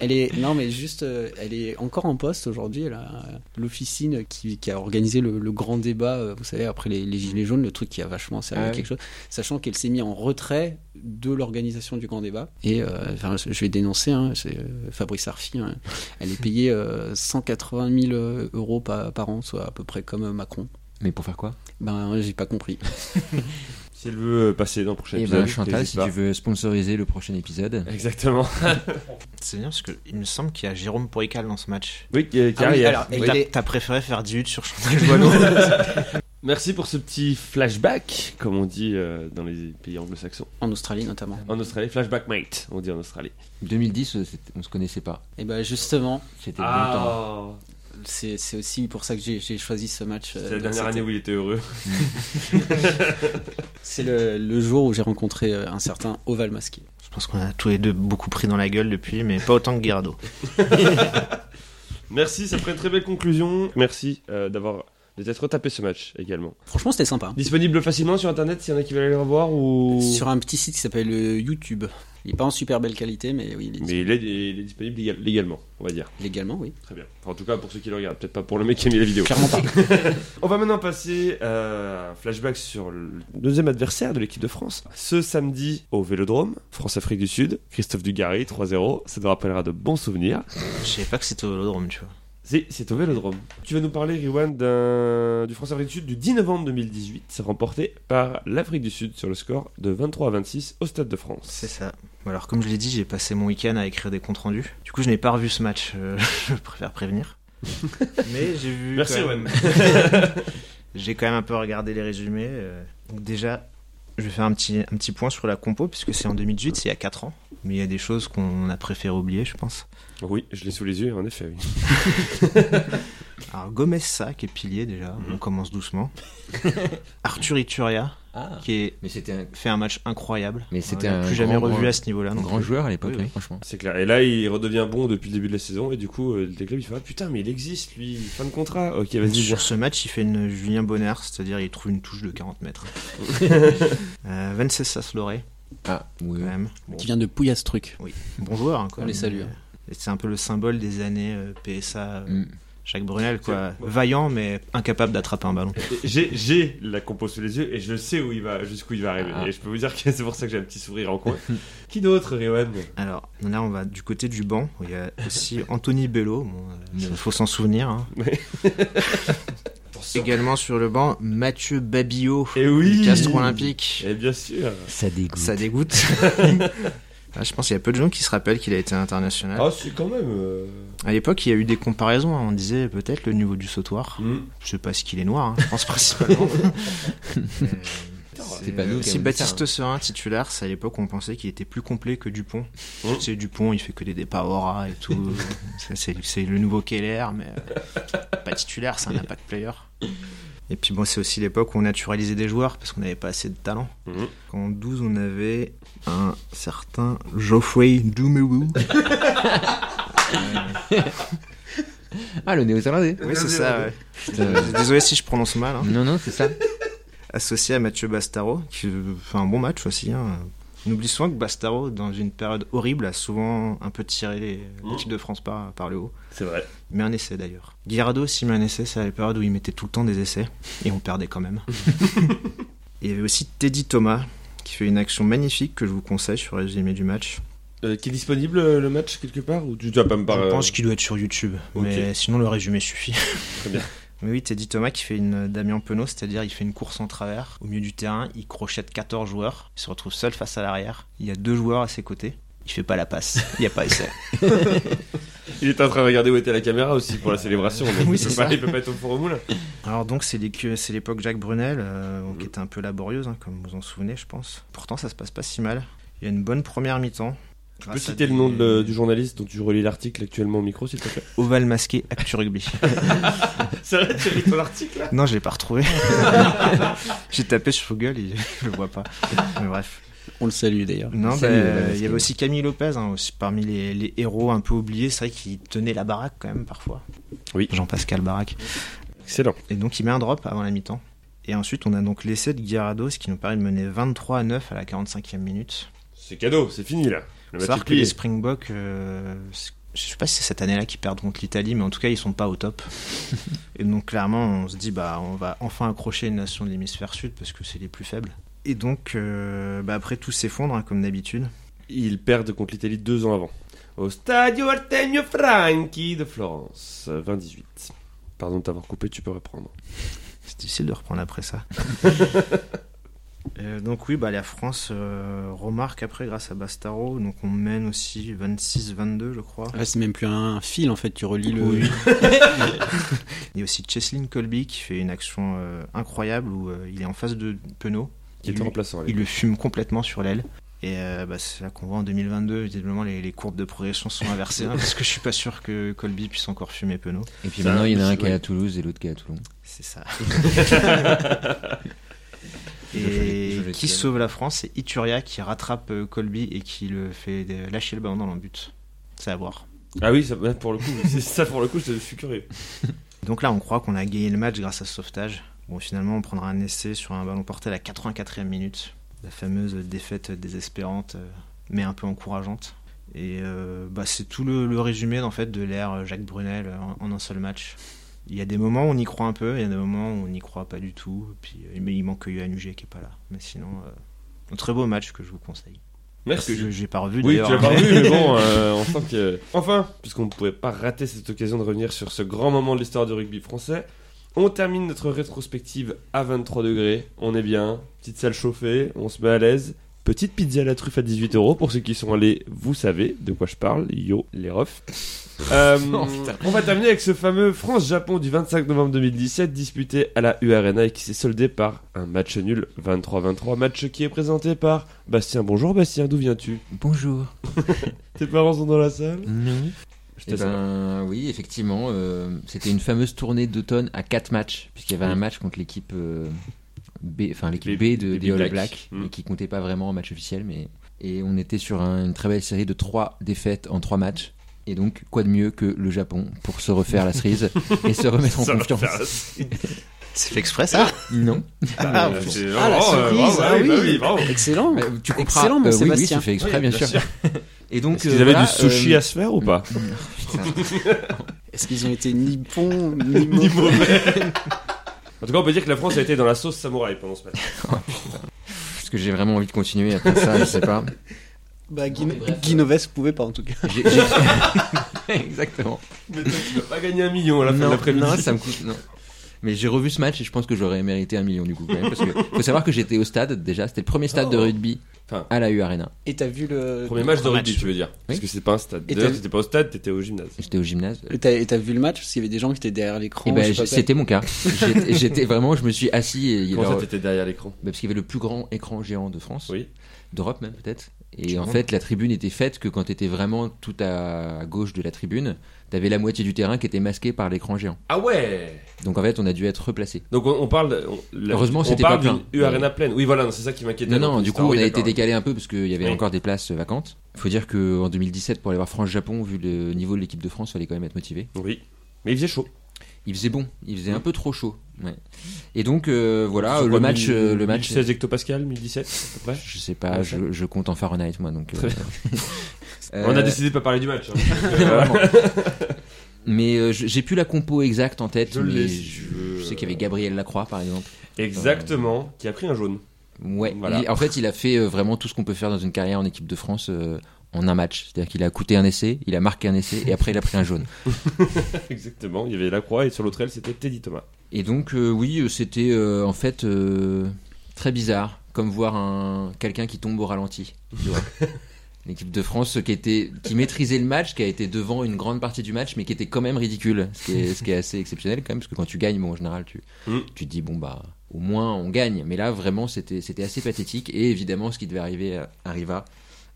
S2: elle est, non, mais juste, euh, elle est encore en poste aujourd'hui. Elle a, euh, L'officine qui, qui a organisé le, le grand débat, euh, vous savez, après les, les Gilets jaunes, le truc qui a vachement servi
S5: Ah
S2: à
S5: oui.
S2: quelque chose, sachant qu'elle s'est mise en retrait de l'organisation du grand débat. Et euh, enfin, je vais dénoncer, hein, c'est euh, Fabrice Arfi, hein. elle est payée euh, 180 000 euh, euros par, par an, soit à peu près comme euh, Macron.
S5: Mais pour faire quoi
S2: Ben, j'ai pas compris.
S3: Si elle veut euh, passer dans le prochain
S5: Eh
S3: épisode.
S5: ben, Chantal,
S3: n'hésite
S5: si
S3: pas.
S5: tu veux sponsoriser le prochain épisode.
S3: Exactement.
S4: C'est bien parce qu'il me semble qu'il y a Jérôme Poical dans ce match.
S3: Oui, euh, qui qui arrive.
S4: Et
S2: Oui.
S4: t'as- t'as préféré faire 18 sur Chantal Joanneau
S3: Merci pour ce petit flashback, comme on dit euh, dans les pays anglo-saxons.
S2: En Australie notamment.
S3: En Australie, flashback mate, on dit en Australie.
S5: 2010, euh, c'était- on se connaissait pas.
S2: Et ben justement,
S5: C'était
S3: Ah.
S5: longtemps.
S2: c'est c'est aussi pour ça que j'ai j'ai choisi ce match. euh,
S3: C'était la
S2: donc
S3: dernière
S2: c'était-
S3: année où il était heureux.
S2: C'est le, le jour où j'ai rencontré euh, un certain Oval Masqué.
S4: Je pense qu'on a tous les deux beaucoup pris dans la gueule depuis, mais pas autant que Guirado.
S3: Merci, ça ferait une très belle conclusion. Merci euh, d'avoir de t'être tapé ce match également.
S2: Franchement, c'était sympa.
S3: Disponible facilement sur internet s'il y en a qui veulent aller le revoir ou.
S2: Sur un petit site qui s'appelle euh, YouTube. Il n'est pas en super belle qualité, mais oui, il est
S3: Mais il est, il est disponible légal- légalement, on va dire.
S2: légalement, oui.
S3: Très bien. Enfin, en tout cas, pour ceux qui le regardent, peut-être pas pour le mec qui a mis la vidéo.
S2: Clairement pas.
S3: On va maintenant passer euh, un flashback sur le deuxième adversaire de l'équipe de France. Ce samedi au Vélodrome, France-Afrique du Sud, Christophe Dugarry 3-0, ça nous rappellera de bons souvenirs.
S4: Je savais pas que c'était au Vélodrome, tu vois.
S3: C'est, c'est au Vélodrome. Tu vas nous parler, Riwan, d'un- du France-Afrique du Sud du 10 novembre 2018, remporté par l'Afrique du Sud sur le score de 23 à 26 au Stade de France.
S4: C'est ça. Alors, comme je l'ai dit, j'ai passé mon week-end à écrire des comptes rendus. Du coup, je n'ai pas revu ce match, euh, je préfère prévenir. Mais j'ai vu.
S3: Merci,
S4: quand même-
S3: Riwan.
S4: J'ai quand même un peu regardé les résumés. euh. Donc, déjà, je vais faire un petit, un petit point sur la compo, puisque c'est en 2018, c'est il y a 4 ans. Mais il y a des choses qu'on a préféré oublier, je pense.
S3: oui, je l'ai sous les yeux, en effet. oui.
S4: Alors, Gomez Sa, qui est pilier déjà, on commence doucement. Arthur Ituria,
S5: Ah.
S4: qui est-
S5: Mais c'était un
S4: fait un match incroyable.
S5: Mais c'était
S4: On l'a
S5: un
S4: plus jamais
S5: grand,
S4: revu
S5: grand-
S4: à ce niveau-là. non
S5: grand
S4: plus.
S5: joueur à l'époque,
S4: Oui, oui.
S5: oui, franchement.
S3: C'est clair. Et là, il redevient bon depuis le début de la saison, et du coup, euh, le club, il fait Ah putain, mais il existe, lui, fin de contrat. Ok, vas-y, viens.
S4: Sur ce match, il fait une Julien Bonner, c'est-à-dire il trouve une touche de 40 mètres. euh, Venceslas Loré,
S5: Ah, oui.
S4: quand même. Bon,
S2: Qui vient de Pouillastruc.
S4: bon joueur, hein, quoi.
S2: On les salue, hein.
S4: Et C'est un peu le symbole des années euh, PSA, euh,
S5: Mm.
S4: Jacques Brunel, quoi. Vaillant, mais incapable d'attraper un ballon.
S3: J'ai, j'ai la compo sous les yeux et je sais où il va, jusqu'où il va arriver.
S5: Ah.
S3: Et je peux vous dire que c'est pour ça que j'ai un petit sourire en coin. Qui d'autre, Riwan
S4: Alors là, on va du côté du banc. où Il y a aussi Anthony Bello. Bon, euh,
S5: Mm.
S4: faut s'en souvenir. hein.
S3: Pour
S4: également sur le banc Mathieu Babillot,
S3: Et Eh oui
S4: du Castres Olympique.
S3: Et bien sûr
S5: Ça dégoûte.
S4: Ça dégoûte. Ah, je pense qu'il y a peu de gens qui se rappellent qu'il a été international.
S3: Ah, c'est quand même. euh,
S4: À l'époque, il y a eu des comparaisons. hein. On disait peut-être le niveau du sautoir.
S3: hmm.
S4: Je sais pas ce qu'il est noir, hein, je pense principalement. Euh,
S5: C'est pas nous qui
S4: si
S5: avons dit
S4: Baptiste Serin titulaire, c'est à l'époque on pensait qu'il était plus complet que Dupont.
S3: Oh.
S4: C'est Dupont, il fait que des départs aura et tout. Ça, c'est c'est le nouveau Keller, mais euh, pas titulaire, c'est un impact player. Et puis bon, c'est aussi l'époque où on naturalisait des joueurs parce qu'on n'avait pas assez de talent.
S3: Mhm.
S4: En 12, on avait un certain Geoffrey Dumewu.
S5: Ah, le néo-zélandais.
S4: oui, c'est ça. ouais. Désolé si je prononce mal. hein.
S5: Non, non, c'est ça.
S4: associé à Mathieu Bastaro, qui euh, fait un bon match aussi. hein. On oublie souvent que Bastaro, dans une période horrible, a souvent un peu tiré les- l'équipe de France par, par le haut.
S3: C'est vrai.
S4: Mais un essai d'ailleurs. Guirado aussi met un essai, c'est à la période où il mettait tout le temps des essais, et on perdait quand même. Il y avait aussi Teddy Thomas, qui fait une action magnifique que je vous conseille sur le résumé du match.
S3: Euh, qui est disponible euh, le match quelque part Ou tu tu vas pas me parler
S4: Je pense qu'il doit être sur YouTube,
S3: euh, ok.
S4: mais sinon le résumé suffit.
S3: Très bien.
S4: Mais oui, Teddy Thomas qui fait une euh, Damien Penaud, c'est-à-dire il fait une course en travers au milieu du terrain, il crochette 14 joueurs, il se retrouve seul face à l'arrière, il y a deux joueurs à ses côtés, il fait pas la passe, il n'y a pas essai.
S3: Il était en train de regarder où était la caméra aussi pour la célébration. donc
S4: Oui,
S3: il,
S4: c'est
S3: peut
S4: ça.
S3: pas, il peut pas être au four au moulin.
S4: Alors donc c'est l'écu- c'est l'époque Jacques Brunel, euh,
S3: Mhm.
S4: qui était un peu laborieuse, hein, comme vous en souvenez je pense. Pourtant ça se passe pas si mal, il y a une bonne première mi-temps.
S3: Tu
S4: Ah,
S3: peux citer le nom de le- du journaliste dont tu relis l'article actuellement au micro, s'il te plaît
S4: Oval masqué Actu Rugby.
S3: C'est vrai, tu lis ton article là
S4: Non, je l'ai pas retrouvé. J'ai tapé sur Google et je le vois pas. Mais bref.
S2: On le salue d'ailleurs.
S4: Non,
S5: Salut,
S4: bah,
S5: Oval
S4: il y avait aussi Camille Lopez, hein, aussi parmi les, les héros un peu oubliés. C'est vrai qu'il tenait la baraque quand même parfois.
S3: Oui.
S4: Jean-Pascal Baraque.
S3: Excellent.
S4: Et donc il met un drop avant la mi-temps. Et ensuite, on a donc l'essai de Guirado, ce qui nous permet de mener 23 à 9 à la 45e minute.
S3: C'est cadeau, c'est fini là. Le match
S4: Faut savoir
S3: est
S4: que les
S3: plié.
S4: Springboks, euh, c'est- je sais pas si c'est cette année-là qu'ils perdent contre l'Italie, mais en tout cas, ils sont pas au top. et donc, clairement, on se dit, bah, on va enfin accrocher une nation de l'hémisphère sud parce que c'est les plus faibles. Et donc, euh, bah, après, tout s'effondre, hein, comme d'habitude.
S3: Ils perdent contre l'Italie deux ans avant. Au Stadio Artemio Franchi de Florence, euh, 2018. Pardon de t'avoir coupé, tu peux reprendre.
S4: C'est difficile de reprendre après ça. Euh, donc oui, bah, la France euh, remarque après grâce à Bastaro, donc on mène aussi 26-22 je crois.
S2: Là, c'est même plus un fil en fait, tu relis le.
S4: Oui. Il y a aussi Cheslin Colby qui fait une action euh, incroyable où euh, il est en face de Penaud,
S3: Qui
S4: Il
S3: était
S4: lui-
S3: remplaçant. à
S4: il
S3: l'époque.
S4: le fume complètement sur l'aile. Et euh, bah, c'est là qu'on voit en 2022, visiblement les, les courbes de progression sont inversées hein, parce que je suis pas sûr que Colby puisse encore fumer Penaud.
S5: Et puis
S3: Ça,
S5: maintenant, il y en a un
S3: ouais.
S5: qui est à Toulouse et l'autre qui est à Toulon.
S4: C'est ça.
S5: Je l'ai-
S4: et
S5: je l'ai
S4: qui
S5: dit.
S4: sauve la France, c'est Ituria qui rattrape euh, Colby et qui le fait euh, lâcher le ballon dans l'embut. C'est à voir.
S3: Ah oui, ça, ouais, pour le coup, c'est- ça pour le coup, je suis curieux.
S4: Donc là, on croit qu'on a gagné le match grâce à ce sauvetage. Bon, finalement, on prendra un essai sur un ballon porté à la 84e minute. La fameuse défaite désespérante, euh, mais un peu encourageante. Et euh, bah, c'est tout le, le résumé en fait, de l'ère Jacques Brunel euh, en, en un seul match. Il y a des moments où on y croit un peu, il y a des moments où on n'y croit pas du tout. Puis, euh, mais il manque Yohan Uge qui est pas là. Mais sinon, euh, un très beau match que je vous conseille.
S3: Merci.
S4: Que je n'ai pas revu
S3: Oui, tu
S4: d'ailleurs,
S3: l'as pas
S4: hein.
S3: revu, mais bon, euh, on sent que. Enfin, puisqu'on ne pouvait pas rater cette occasion de revenir sur ce grand moment de l'histoire du rugby français, on termine notre rétrospective à 23 degrés. On est bien, petite salle chauffée, on se met à l'aise. Petite pizza à la truffe à 18 euros pour ceux qui sont allés, vous savez de quoi je parle, yo les refs. Euh, on va terminer avec ce fameux France-Japon du 25 novembre 2017 disputé à la URNA et qui s'est soldé par un match nul 23-23, match qui est présenté par Bastien. Bonjour Bastien, d'où viens-tu
S5: Bonjour.
S3: tes parents sont dans la salle
S5: Non.
S3: Je
S5: Eh
S3: t'assure.
S5: ben, oui, effectivement, euh, c'était une fameuse tournée d'automne à quatre matchs, puisqu'il y avait
S3: Oui.
S5: un match contre l'équipe euh, B, enfin l'équipe
S3: Les-
S5: B de,
S3: les
S5: des All
S3: Black.
S5: Blacks,
S3: Mm.
S5: et qui comptait pas vraiment en match officiel, mais et on était sur un- une très belle série de trois défaites en trois matchs. Et donc, quoi de mieux que le Japon pour se refaire la cerise et se remettre en
S3: Ça va
S5: confiance
S3: faire-
S4: C'est fait exprès ça
S5: Non.
S3: Ah,
S5: Euh,
S3: c'est-
S2: Ah, la
S3: oh, euh,
S2: cerise,
S3: bravo,
S2: ah
S3: oui,
S2: oui.
S3: bah oui, bravo.
S2: Excellent.
S5: bah, tu comprends.
S2: Excellent, mon
S5: Euh, oui, oui,
S2: Sébastien.
S5: c'est fait exprès,
S3: Oui,
S5: bien,
S3: bien
S5: sûr. Et donc,
S3: Est-ce qu'ils
S5: euh,
S3: avaient
S5: voilà,
S3: du sushi
S5: euh,
S3: à se faire ou pas
S2: Est-ce qu'ils ont été ni bons ni mauvais
S3: En tout cas, on peut dire que la France a été dans la sauce samouraï pendant ce match.
S5: Parce que j'ai vraiment envie de continuer après ça, je sais pas.
S2: Bah, Guin- Guinoves pouvait pas en tout cas.
S5: J'ai- j'ai- Exactement.
S3: Mais toi, tu vas pas gagner un million à la fin de
S5: non,
S3: l'après-midi.
S5: non, ça me coûte. Non. Mais j'ai revu ce match et je pense que j'aurais mérité un million du coup. Quand même, parce que faut savoir que j'étais au stade déjà. C'était le premier stade de rugby
S3: Oh. Enfin.
S5: à la U Arena.
S2: Et t'as vu le.
S3: Premier match de
S4: Premier
S3: rugby,
S4: match.
S3: tu veux dire. Parce que c'est pas un stade.
S2: Et
S3: D'ailleurs,
S2: t'as-
S3: t'étais pas au stade, t'étais au gymnase.
S5: J'étais au gymnase.
S2: Et t'as- et t'as vu le match Parce qu'il y avait des gens qui étaient derrière l'écran.
S5: Et ben,
S2: je sais
S5: j-
S2: pas quoi.
S5: c'était mon cas. J'étais- J'étais vraiment, je me suis assis et il y
S3: Comment ça,
S5: leur-
S3: t'étais derrière l'écran
S5: bah, parce qu'il y avait le plus grand écran géant de France,
S3: Oui.
S5: d'Europe même peut-être. Et
S4: Tu
S5: en
S4: vois.
S5: fait, la tribune était faite que quand t'étais vraiment tout à gauche de la tribune, t'avais la moitié du terrain qui était masqué par l'écran géant.
S3: Ah ouais
S5: Donc en fait, on a dû être replacé.
S3: Donc on, on parle. on- la-
S5: Heureusement,
S3: on
S5: c'était
S3: parle
S5: pas
S3: d'une
S5: plein.
S3: U Arena pleine. Oui, voilà, non, c'est ça qui m'inquiétait.
S5: Non,
S3: dans
S5: non,
S3: cette
S5: du coup,
S3: histoire.
S5: on
S3: Ah Oui,
S5: a été
S3: d'accord.
S5: décalé un peu parce qu'il y avait
S3: Oui.
S5: encore des places euh, vacantes. Faut dire qu'en 2017, pour aller voir France-Japon, vu le niveau de l'équipe de France, fallait quand même être motivé.
S3: Oui. Mais il faisait chaud.
S5: Il faisait bon, il faisait un peu trop chaud. ouais. Et donc, euh, voilà,
S3: C'est
S5: le
S3: quoi,
S5: match,
S3: 1000
S5: euh, le match.
S3: 1016 hectopascal, 1017 à peu près.
S5: Je sais pas,
S3: Ouais,
S5: je, je compte en Fahrenheit moi donc.
S3: Très
S5: euh, euh,
S3: On a décidé de pas parler du match. hein.
S5: vraiment. Mais euh, je- j'ai plus la compo exacte en tête,
S3: Je
S5: mais
S3: l'ai, si
S5: je,
S3: tu veux. euh,
S5: je sais qu'il y avait Gabriel Lacroix par exemple.
S3: Exactement, qui a pris un jaune.
S5: Ouais,
S3: Voilà.
S5: il- en fait il a fait euh, vraiment tout ce qu'on peut faire dans une carrière en équipe de France euh, en un match. C'est-à-dire qu'il a coûté un essai, il a marqué un essai et après il a pris un jaune.
S3: Exactement, il y avait Lacroix et sur l'autre aile c'était Teddy Thomas.
S5: Et donc euh, oui, euh, c'était euh, en fait euh, très bizarre, comme voir un quelqu'un qui tombe au ralenti. tu vois. L'équipe de France euh, qui était qui maîtrisait le match, qui a été devant une grande partie du match, mais qui était quand même ridicule, ce qui est, ce qui est assez exceptionnel quand même, parce que quand tu gagnes, bon, en général, tu
S3: Mm.
S5: tu te dis bon bah au moins on gagne, mais là vraiment c'était c'était assez pathétique et évidemment ce qui devait arriver euh, arriva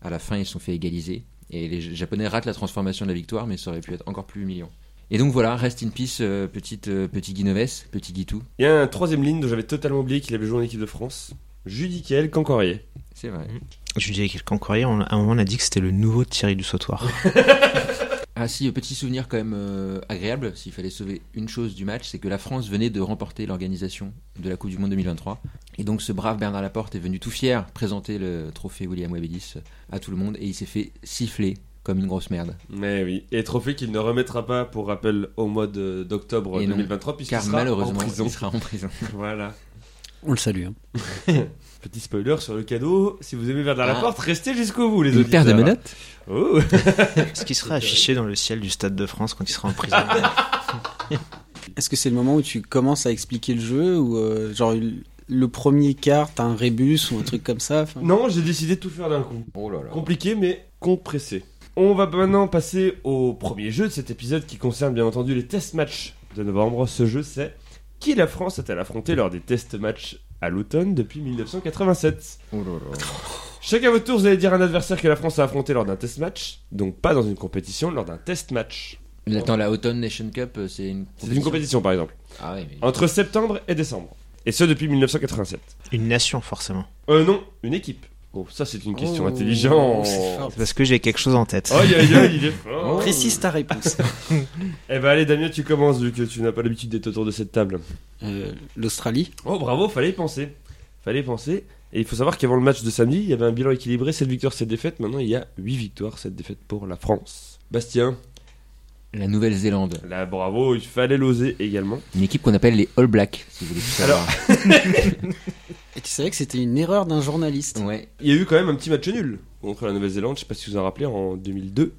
S5: à la fin, ils se sont fait égaliser et les Japonais ratent la transformation de la victoire, mais ça aurait pu être encore plus humiliant. Et donc voilà, rest in peace, euh, petite euh, petit Guinoves, petit Guitou.
S3: Il y a un troisième ligne dont j'avais totalement oublié qu'il avait joué en équipe de France. Judicael Cancorier.
S5: C'est vrai.
S3: Mhm.
S4: Je disais quelqu'un courrier, on- à un moment on a dit que c'était le nouveau Thierry du Sautoir.
S5: Ah si, euh, petit souvenir quand même euh, agréable, s'il fallait sauver une chose du match, c'est que la France venait de remporter l'organisation de la Coupe du Monde 2023. Et donc ce brave Bernard Laporte est venu tout fier présenter le trophée William Webedis à tout le monde et il s'est fait siffler comme une grosse merde.
S3: Mais oui, et trophée qu'il ne remettra pas pour rappel au mois de- d'octobre
S5: Et non,
S3: 2023 puisqu'il
S5: Car
S3: sera en
S5: malheureusement,
S3: prison.
S5: il sera en prison.
S3: Voilà.
S2: On le salue. hein.
S3: Petit spoiler sur le cadeau, si vous aimez Bernard
S5: Ah.
S3: Laporte, restez jusqu'au bout les
S2: Une
S3: auditeurs.
S2: paire de menottes
S3: Oh.
S4: Ce qui sera affiché dans le ciel du Stade de France quand il sera en prison.
S2: Est-ce que c'est le moment où tu commences à expliquer le jeu Ou euh, genre il- le premier quart, t'as un rébus ou un truc comme ça enfin,
S3: Non, j'ai décidé de tout faire d'un coup.
S5: Oh là là.
S3: Compliqué mais compressé. On va maintenant passer au premier jeu de cet épisode qui concerne bien entendu les test matchs de novembre. Ce jeu c'est qui la France a-t-elle affronté lors des test matchs à l'automne depuis 1987
S5: Oh
S3: Chacun à votre tour, vous allez dire un adversaire que la France a affronté lors d'un test match, donc pas dans une compétition, lors d'un test match.
S5: Attends, la Autumn Nation Cup, euh, c'est une
S3: C'est une compétition par exemple,
S5: Ah ouais, mais...
S3: entre septembre et décembre, et ce depuis 1987.
S4: Une nation, forcément.
S3: Euh non, une équipe. Bon, ça c'est une question
S2: Oh,
S3: intelligente.
S2: c'est fort.
S4: C'est parce que j'ai quelque chose en tête.
S3: Aïe aïe aïe, il est fort.
S2: Précise ta réponse.
S3: Eh ben allez Damien, tu commences vu que tu n'as pas l'habitude d'être autour de cette table.
S2: Euh, L'Australie
S3: Oh bravo, fallait y penser. Fallait y penser. Et il faut savoir qu'avant le match de samedi, il y avait un bilan équilibré, 7 victoires, 7 défaites. Maintenant, il y a 8 victoires, 7 défaites pour la France. Bastien,
S5: La Nouvelle-Zélande,
S3: là bravo, il fallait l'oser également.
S5: une équipe qu'on appelle les All Blacks, si vous voulez tout savoir.
S2: Et tu savais que c'était une erreur d'un journaliste
S5: ouais.
S3: Il y a eu quand même un petit match nul contre la Nouvelle-Zélande, je sais pas si vous en rappelez, en 2002,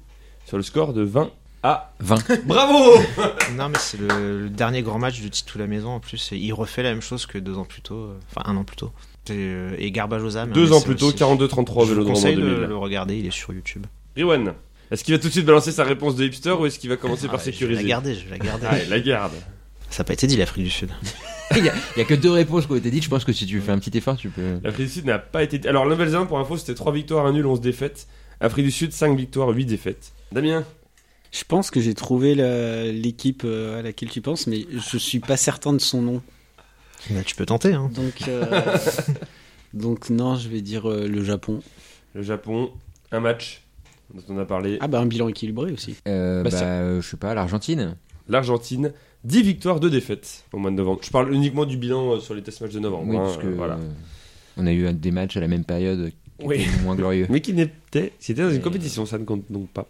S3: sur le score de 20 à
S5: 20.
S3: Bravo
S4: Ah, Non, mais c'est le, le dernier grand match de Titou la Maison en plus. Et il refait la même chose que deux ans plus tôt. euh, Enfin, un an plus tôt. C'est, euh, Et Garbage aux âmes.
S3: Deux
S4: mais
S3: ans
S4: c'est
S3: plus tôt,
S4: aussi-
S3: 42-33
S4: Je vous
S3: Vélodrome en
S4: conseille
S3: 2000.
S4: de le regarder, il est sur YouTube.
S3: Riwan, est-ce qu'il va tout de suite balancer sa réponse de hipster ou est-ce qu'il va commencer par
S4: Ah, Je vais
S3: sécuriser
S4: la garder, je vais la garder.
S3: Allez, la garde.
S4: Ça n'a pas été dit, l'Afrique du Sud.
S5: Il y, a- il y a que deux réponses qui ont été dites. Je pense que si tu fais un petit effort, tu peux.
S3: L'Afrique du Sud n'a pas été. Alors, la Nouvelle-Zélande, pour info, c'était 3 victoires, 1 nul, 11 défaites. Afrique du Sud, 5 victoires, 8 défaites. Damien
S2: Je pense que j'ai trouvé la- l'équipe euh, à laquelle tu penses, mais je suis pas certain de son nom.
S4: Bah, tu peux tenter, hein.
S2: Donc, euh, donc non, je vais dire euh, le Japon.
S3: Le Japon, un match dont on a parlé.
S2: Ah bah un bilan équilibré aussi.
S5: Euh,
S3: Bah,
S5: bah,
S3: ça-
S5: euh, je sais pas, l'Argentine.
S3: L'Argentine, 10 victoires, 2 défaites au mois de novembre. Je parle uniquement du bilan euh, sur les test matchs de novembre.
S5: oui,
S3: hein,
S5: parce que
S3: euh, voilà.
S5: euh, on a eu un- des matchs à la même période qui
S3: Oui.
S5: étaient moins glorieux.
S3: Mais qui n'était. C'était dans une
S5: Mais-
S3: compétition, ça ne compte donc pas.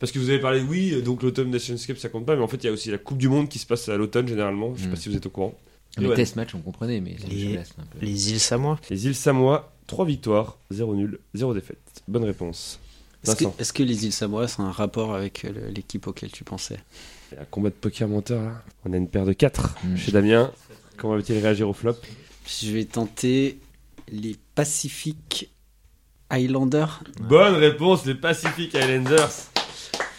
S3: Parce que vous avez parlé, oui, euh, donc l'automne Nations Cup, ça compte pas, mais en fait, il y a aussi la Coupe du Monde qui se passe à l'automne généralement. Je sais pas
S5: Mm.
S3: si vous êtes au courant.
S5: Les
S3: Ouais.
S5: test matchs, on comprenait, mais ça nous
S4: Les-
S5: chagresse un peu.
S4: Les îles Samoa.
S3: Les îles Samoa, 3 victoires, 0 nul, 0 défaite. Bonne réponse.
S2: Est-ce que,
S3: Vincent.
S2: est-ce que les îles Samoa, c'est un rapport avec euh, le- l'équipe auquel tu pensais
S3: Il y a un combat de poker menteur là. On a une paire de 4
S5: Mm.
S3: chez Damien. Comment va-t-il réagir au flop
S2: Je vais tenter les Pacific Islanders
S3: Bonne réponse, les Pacific Islanders.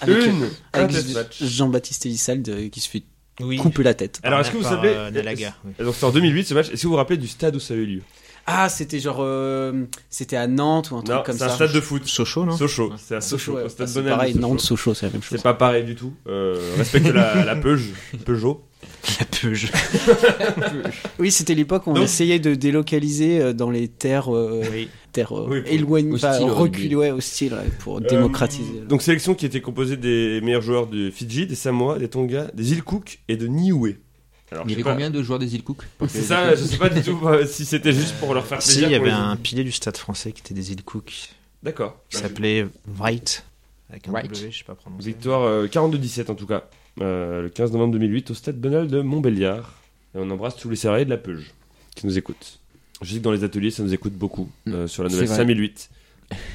S2: avec,
S3: Une Un
S2: avec
S3: test match.
S2: Jean-Baptiste Elissalde euh, qui se fait
S4: Oui.
S2: couper la tête.
S3: Alors, est-ce que vous
S4: Par,
S3: savez.
S4: euh, Nalaga, oui.
S3: Donc, c'est en 2008 ce match. Est-ce que vous vous rappelez du stade où ça a eu lieu
S2: Ah, c'était genre. euh, c'était à Nantes ou un truc
S3: Non,
S2: comme
S3: c'est
S2: ça.
S3: un stade de foot.
S4: Sochaux, non
S3: Sochaux, c'est à
S2: Sochaux,
S3: Sochaux.
S2: ouais.
S3: au
S2: Ah,
S3: stade
S2: c'est
S3: Bonnel de
S2: pareil,
S3: Sochaux.
S2: Nantes, Sochaux, c'est la même chose.
S3: C'est pas pareil du tout. Euh, respecte la, la Peuge- Peugeot.
S4: La Peuge.
S2: Oui, c'était l'époque où on
S3: Donc-
S2: essayait de délocaliser euh, dans les terres, euh,
S4: Oui.
S2: terres euh,
S3: Oui, pour-
S2: éloignées,
S5: hostile
S2: pas,
S5: au rugby.
S2: reculées, ouais, hostiles, ouais, pour démocratiser.
S3: Euh, donc sélection qui était composée des meilleurs joueurs de Fidji, des Samoa, des Tonga, des îles Cook et de Niue. Alors,
S5: Il y
S3: je sais
S5: avait
S3: pas-
S5: combien de joueurs des îles Cook
S3: C'est ça, je sais pas du tout euh, si c'était juste pour leur faire
S4: Si,
S3: plaisir.
S4: il y
S3: pour
S4: avait
S3: les-
S4: un pilier du stade français qui était des îles Cook.
S3: D'accord.
S4: qui s'appelait Wright. Avec un
S5: Wright.
S4: W, je sais pas prononcer.
S3: Victoire euh, 42-17 en tout cas, euh, le 15 novembre 2008 au stade Bonal de Montbéliard. Et on embrasse tous les salariés de la Peuge qui nous écoutent. Je sais que dans les ateliers, ça nous écoute beaucoup euh, sur la
S5: Mm. C'est
S3: nouvelle
S5: vrai.
S3: 5008.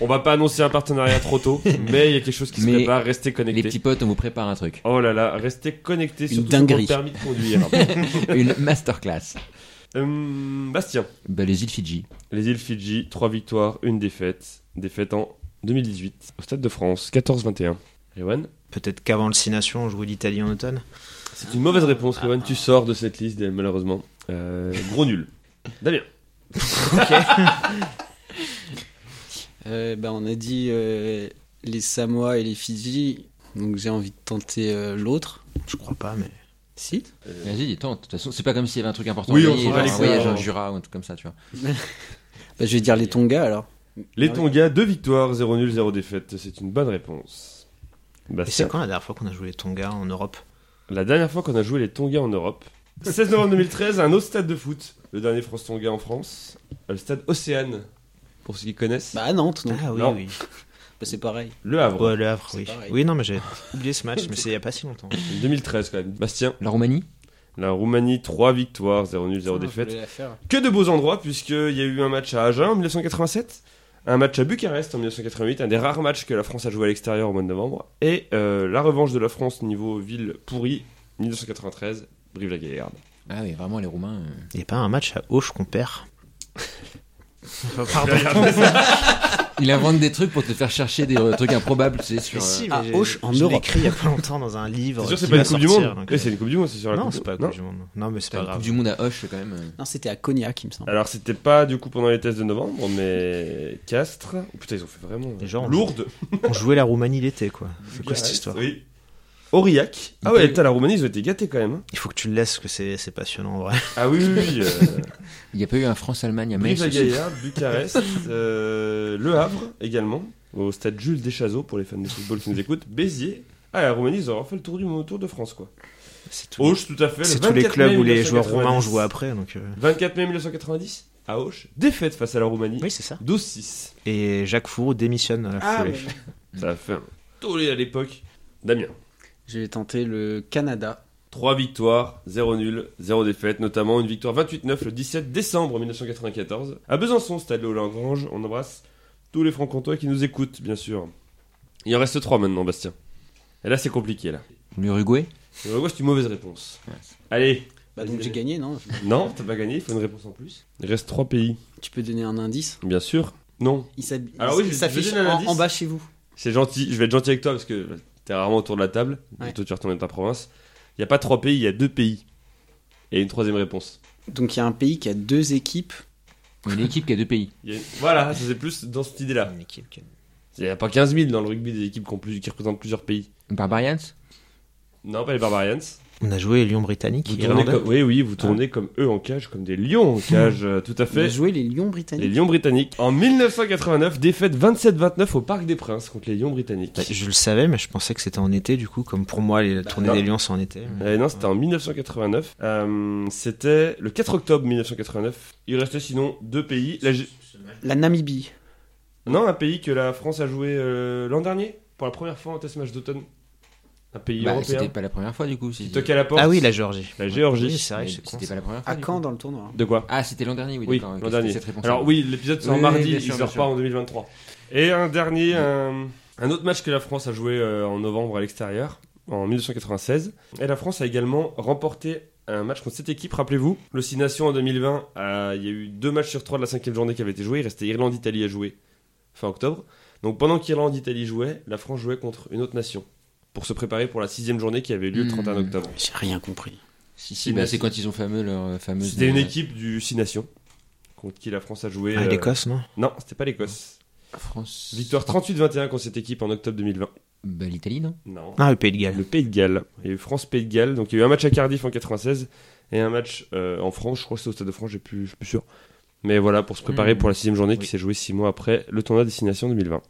S3: On va pas annoncer un partenariat trop tôt, mais il y a quelque chose qui se
S5: Mais
S3: prépare. Restez
S5: Les
S3: connectés.
S5: petits potes, on vous prépare un truc.
S3: Oh là là, restez connectés sur votre
S2: dinguerie.
S3: permis de conduire.
S5: Une masterclass.
S3: Hum, Bastien,
S5: Bah, les îles Fidji.
S3: les îles Fidji, 3 victoires, une défaite. Défaite en 2018 au Stade de France, 14-21. Rewan
S4: Peut-être qu'avant le 6 Nations, on jouait l'Italie en automne.
S3: C'est une mauvaise réponse, Rewan, tu sors de cette liste et malheureusement. Euh, gros nul. Damien,
S2: Euh, ben, on a dit euh, les Samoa et les Fidji, donc j'ai envie de tenter euh, l'autre.
S4: Je crois pas, mais.
S3: Ah,
S2: Si
S4: Euh,
S5: Vas-y, tente. De toute façon, c'est pas comme s'il y avait un truc important.
S3: Oui,
S5: à
S3: on s'en
S5: payer, genre
S3: bat les
S5: un voyage
S3: couilles.
S5: en Jura ou un truc comme ça, tu vois.
S2: Ben, Je vais dire les Tonga alors.
S3: les
S2: Ah oui.
S3: Tonga, 2 victoires, 0 nul, 0 défaite. C'est une bonne réponse.
S4: Et c'est
S3: Bastien,
S4: quand la dernière fois qu'on a joué les Tonga en Europe
S3: la dernière fois qu'on a joué les Tonga en Europe, 16 novembre 2013, un autre stade de foot, le dernier France-Tonga en France, Euh, le stade Océane, pour ceux qui connaissent.
S2: Bah à Nantes, donc
S4: Ah oui,
S3: Non.
S4: oui.
S2: Ben, c'est pareil.
S3: Le Havre,
S4: Ouais, le Havre, oui.
S2: pareil.
S4: Oui, non, mais j'ai oublié ce match, mais c'est il y a pas si longtemps.
S3: 2013 quand même. Bastien,
S5: La Roumanie
S3: la Roumanie, 3 victoires, 0 nul, 0
S2: Ah, je
S3: défaite.
S2: voulais la faire.
S3: que de beaux endroits, puisqu'il y a eu un match à Agen en 1987, un match à Bucarest en 1988, un des rares matchs que la France a joué à l'extérieur au mois de novembre, et euh, la revanche de la France niveau ville pourrie, 1993, Brive-la-Gaillarde.
S5: Ah oui, vraiment, les Roumains. euh.
S4: Il y a pas un match à Auch qu'on perd
S5: Ils inventent des trucs pour te faire chercher des euh, trucs improbables, tu sais, sur.
S4: Mais si,
S5: euh,
S4: mais
S2: Ah,
S4: j'ai-
S2: Auch en
S4: je l'ai
S2: Europe.
S4: écrit il y a pas longtemps dans un livre.
S3: C'est sûr, c'est
S4: qui
S3: pas
S4: va
S3: une Coupe du
S4: sortir,
S3: Monde
S4: donc, euh,
S3: Eh, C'est une Coupe du Monde, c'est sûr. la
S4: Non,
S3: Coupe
S4: c'est
S3: du-
S4: pas la Coupe du Monde. Non, mais c'est
S5: la
S4: pas
S5: Coupe
S4: grave.
S5: du Monde à Hoche, quand même. euh.
S2: Non, c'était à Cognac, il me semble.
S3: Alors, c'était pas du coup pendant les tests de novembre, mais Castres. Oh, putain, ils ont fait vraiment.
S4: Les gens ont-
S3: Lourdes.
S4: On jouait la Roumanie l'été, quoi. C'est quoi cette histoire
S3: Oui. Aurillac. Ah ouais, t'as la Roumanie, ils ont été gâtés quand même. hein.
S4: Il faut que tu le laisses, parce que c'est c'est passionnant en vrai.
S3: Ah oui, oui, oui. euh,
S5: Il n'y a pas eu un France-Allemagne à
S3: bah,
S5: Metz aussi
S3: Brive-la-Gaillarde, Bucarest, euh, Le Havre également, au stade Jules Deschazaux pour les fans de football qui nous écoutent, Béziers. Ah, la Roumanie, ils auront fait le tour du monde, tour de France, quoi.
S4: C'est tous les-
S3: Auch, tout à fait. le
S4: c'est tous les
S3: 24
S4: clubs
S3: mai
S4: où les joueurs
S3: 1990.
S4: roumains ont joué après, donc. euh,
S3: 24 mai 1990, à Auch, défaite face à la Roumanie,
S4: Oui, c'est ça.
S3: 12-6.
S4: Et Jacques Fourreau démissionne dans la foulée.
S3: Ça a fait un tollé à l'époque. Damien,
S2: Je vais tenter le Canada.
S3: 3 victoires, 0 nul, 0 défaite, notamment une victoire 28-9 le 17 décembre 1994 à Besançon, stade de Langrange. On embrasse tous les francs-comtois qui nous écoutent, bien sûr. Il en reste 3 maintenant, Bastien. Et là, c'est compliqué, là.
S5: L'Uruguay
S3: Le Uruguay, c'est une mauvaise réponse. Allez.
S2: Bah, donc j'ai gagné, non
S3: Non, t'as pas gagné, il faut une réponse en plus. Il reste 3 pays.
S2: Tu peux donner un indice
S3: Bien sûr. Non.
S2: Il s'hab-
S3: Alors oui, je-
S2: il
S3: je
S2: s'affiche
S3: donne un
S2: en,
S3: indice.
S2: en bas chez vous.
S3: C'est gentil, je vais être gentil avec toi parce que t'es rarement autour de la table.
S2: Ouais.
S3: Toi, tu retournes dans ta province. Il n'y a pas 3 pays, il y a 2 pays. Et une troisième réponse.
S2: Donc il y a un pays qui a deux équipes.
S5: Une équipe qui a deux pays.
S3: Il y a- Voilà, ça, c'est plus dans cette idée-là.
S4: Une équipe qui-
S3: Il n'y a pas 15 000 dans le rugby des équipes qui, ont plus- qui représentent plusieurs pays.
S5: Barbarians
S3: Non, pas les Barbarians. Ah.
S4: On a joué Lyon britannique,
S3: Vous tournez
S4: Irlandais.
S3: comme... Oui, oui, vous tournez comme eux en cage, comme des lions en cage, euh, tout
S2: On
S3: à
S2: a
S3: fait.
S2: joué les Lions
S3: Les
S2: britanniques.
S3: lions britanniques. En 1989, défaite 27-29 au Parc des Princes contre les lions britanniques.
S4: Bah, Je le savais, mais je pensais que c'était en été, du coup, comme pour moi, les tournées
S3: Bah, non.
S4: des Lions, c'est en été.
S3: Euh, non, c'était en 1989. Euh, c'était le 4 octobre 1989. Il restait sinon deux pays. La G-
S2: La Namibie.
S3: Non, un pays que la France a joué euh, l'an dernier, pour la première fois en test match d'automne. Un pays
S5: Bah, C'était
S3: européen.
S5: pas la première fois, du coup. si-
S3: Qui toquait à la porte.
S4: Ah oui, la Géorgie.
S3: La Géorgie.
S4: Oui, c'est vrai,
S5: Mais
S4: je sais con,
S5: C'était
S4: ça.
S5: pas la première fois.
S2: À
S5: du
S2: quand
S5: coup.
S2: dans le tournoi
S3: De quoi
S5: Ah, c'était l'an dernier, oui.
S3: Oui,
S5: d'accord, ok,
S3: l'an
S5: c'était
S3: dernier.
S5: cette réponse-là.
S3: Alors oui, l'épisode sort
S5: Oui,
S3: mardi,
S5: oui, bien
S3: il
S5: sûr,
S3: sort
S5: bien
S3: pas
S5: sûr.
S3: en 2023. Et un dernier, un, Un autre match que la France a joué euh, en novembre à l'extérieur, en 1996. Et la France a également remporté un match contre cette équipe, rappelez-vous. Le 6 Nations en 2020, euh, il y a eu deux matchs sur trois de la cinquième journée qui avaient été joués. Il restait Irlande-Italie à jouer fin octobre. Donc pendant qu'Irlande-Italie jouait, la France jouait contre une autre nation pour se préparer pour la sixième journée qui avait lieu le
S5: Mmh.
S4: Hmm.
S3: 31 octobre.
S2: J'ai rien compris.
S3: Si,
S5: Si, si, bah,
S3: mais-
S5: c'est quand ils ont fameux leur euh, fameuse.
S3: C'était une équipe du 6 Nations contre qui la France a joué.
S4: Ah,
S3: euh,
S4: l'Écosse, non
S3: Non, c'était pas l'Écosse.
S5: France.
S3: Victoire 38-21 contre cette équipe en octobre 2020.
S5: Bah, l'Italie, non
S3: Non.
S4: Ah, le Pays de Galles.
S3: Le Pays de Galles. Il y a eu France-Pays de Galles. Donc il y a eu un match à Cardiff en 96 et un match euh, en France. Je crois que c'est au Stade de France, j'ai plus- je suis plus sûr. Mais voilà, pour se préparer
S5: Mmh.
S3: pour la sixième journée qui
S5: Oui.
S3: s'est jouée six mois après le tournoi Destination 2020.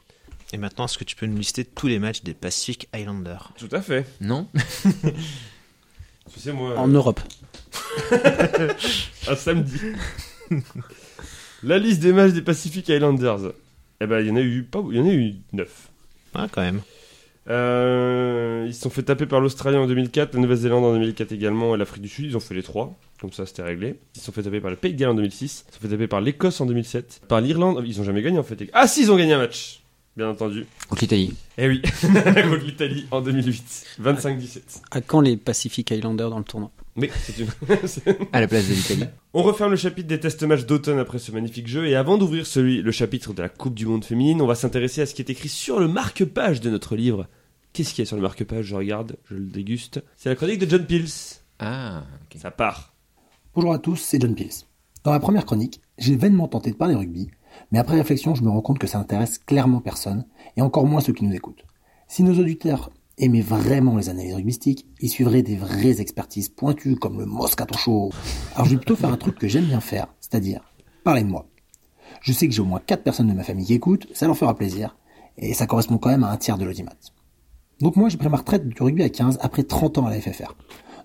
S4: Et maintenant, est-ce que tu peux nous lister tous les matchs des Pacific Islanders
S3: Tout à fait.
S5: Non
S3: Tu sais, moi,
S2: Euh,
S3: euh,
S2: En Europe.
S3: un samedi. la liste des matchs des Pacific Islanders. Eh ben, il y en a eu pas, il y en a eu neuf.
S4: Ah, quand même.
S3: Euh, ils se sont fait taper par l'Australie en 2004, la Nouvelle-Zélande en 2004 également et l'Afrique du Sud. Ils ont fait les trois, comme ça c'était réglé. Ils se sont fait taper par le Pays de Galles en 2006, ils se sont fait taper par l'Écosse en 2007, par l'Irlande. Ils ont jamais gagné en fait. Ah si, ils ont gagné un match, bien entendu.
S5: Contre l'Italie.
S3: Eh oui, contre l'Italie en 2008, 25-17.
S2: À quand les Pacific Islanders dans le tournoi
S3: Mais c'est une. c'est-
S5: À la place de l'Italie.
S3: On referme le chapitre des test matchs d'automne après ce magnifique jeu et avant d'ouvrir celui le chapitre de la Coupe du Monde féminine, on va s'intéresser à ce qui est écrit sur le marque-page de notre livre. Qu'est-ce qu'il y a sur le marque-page Je regarde, je le déguste. C'est la chronique de John Pills.
S5: Ah, ok.
S3: Ça part.
S8: Bonjour à tous, c'est John Pierce. Dans la première chronique, j'ai vainement tenté de parler rugby, mais après réflexion, je me rends compte que ça intéresse clairement personne, et encore moins ceux qui nous écoutent. Si nos auditeurs aimaient vraiment les analyses rugbystiques, ils suivraient des vraies expertises pointues comme le Moscato Show. Alors je vais plutôt faire un truc que j'aime bien faire, c'est-à-dire parler de moi. Je sais que j'ai au moins quatre personnes de ma famille qui écoutent, ça leur fera plaisir, et ça correspond quand même à un tiers de l'audimat. Donc moi, j'ai pris ma retraite du rugby à 15 après 30 ans à la FFR.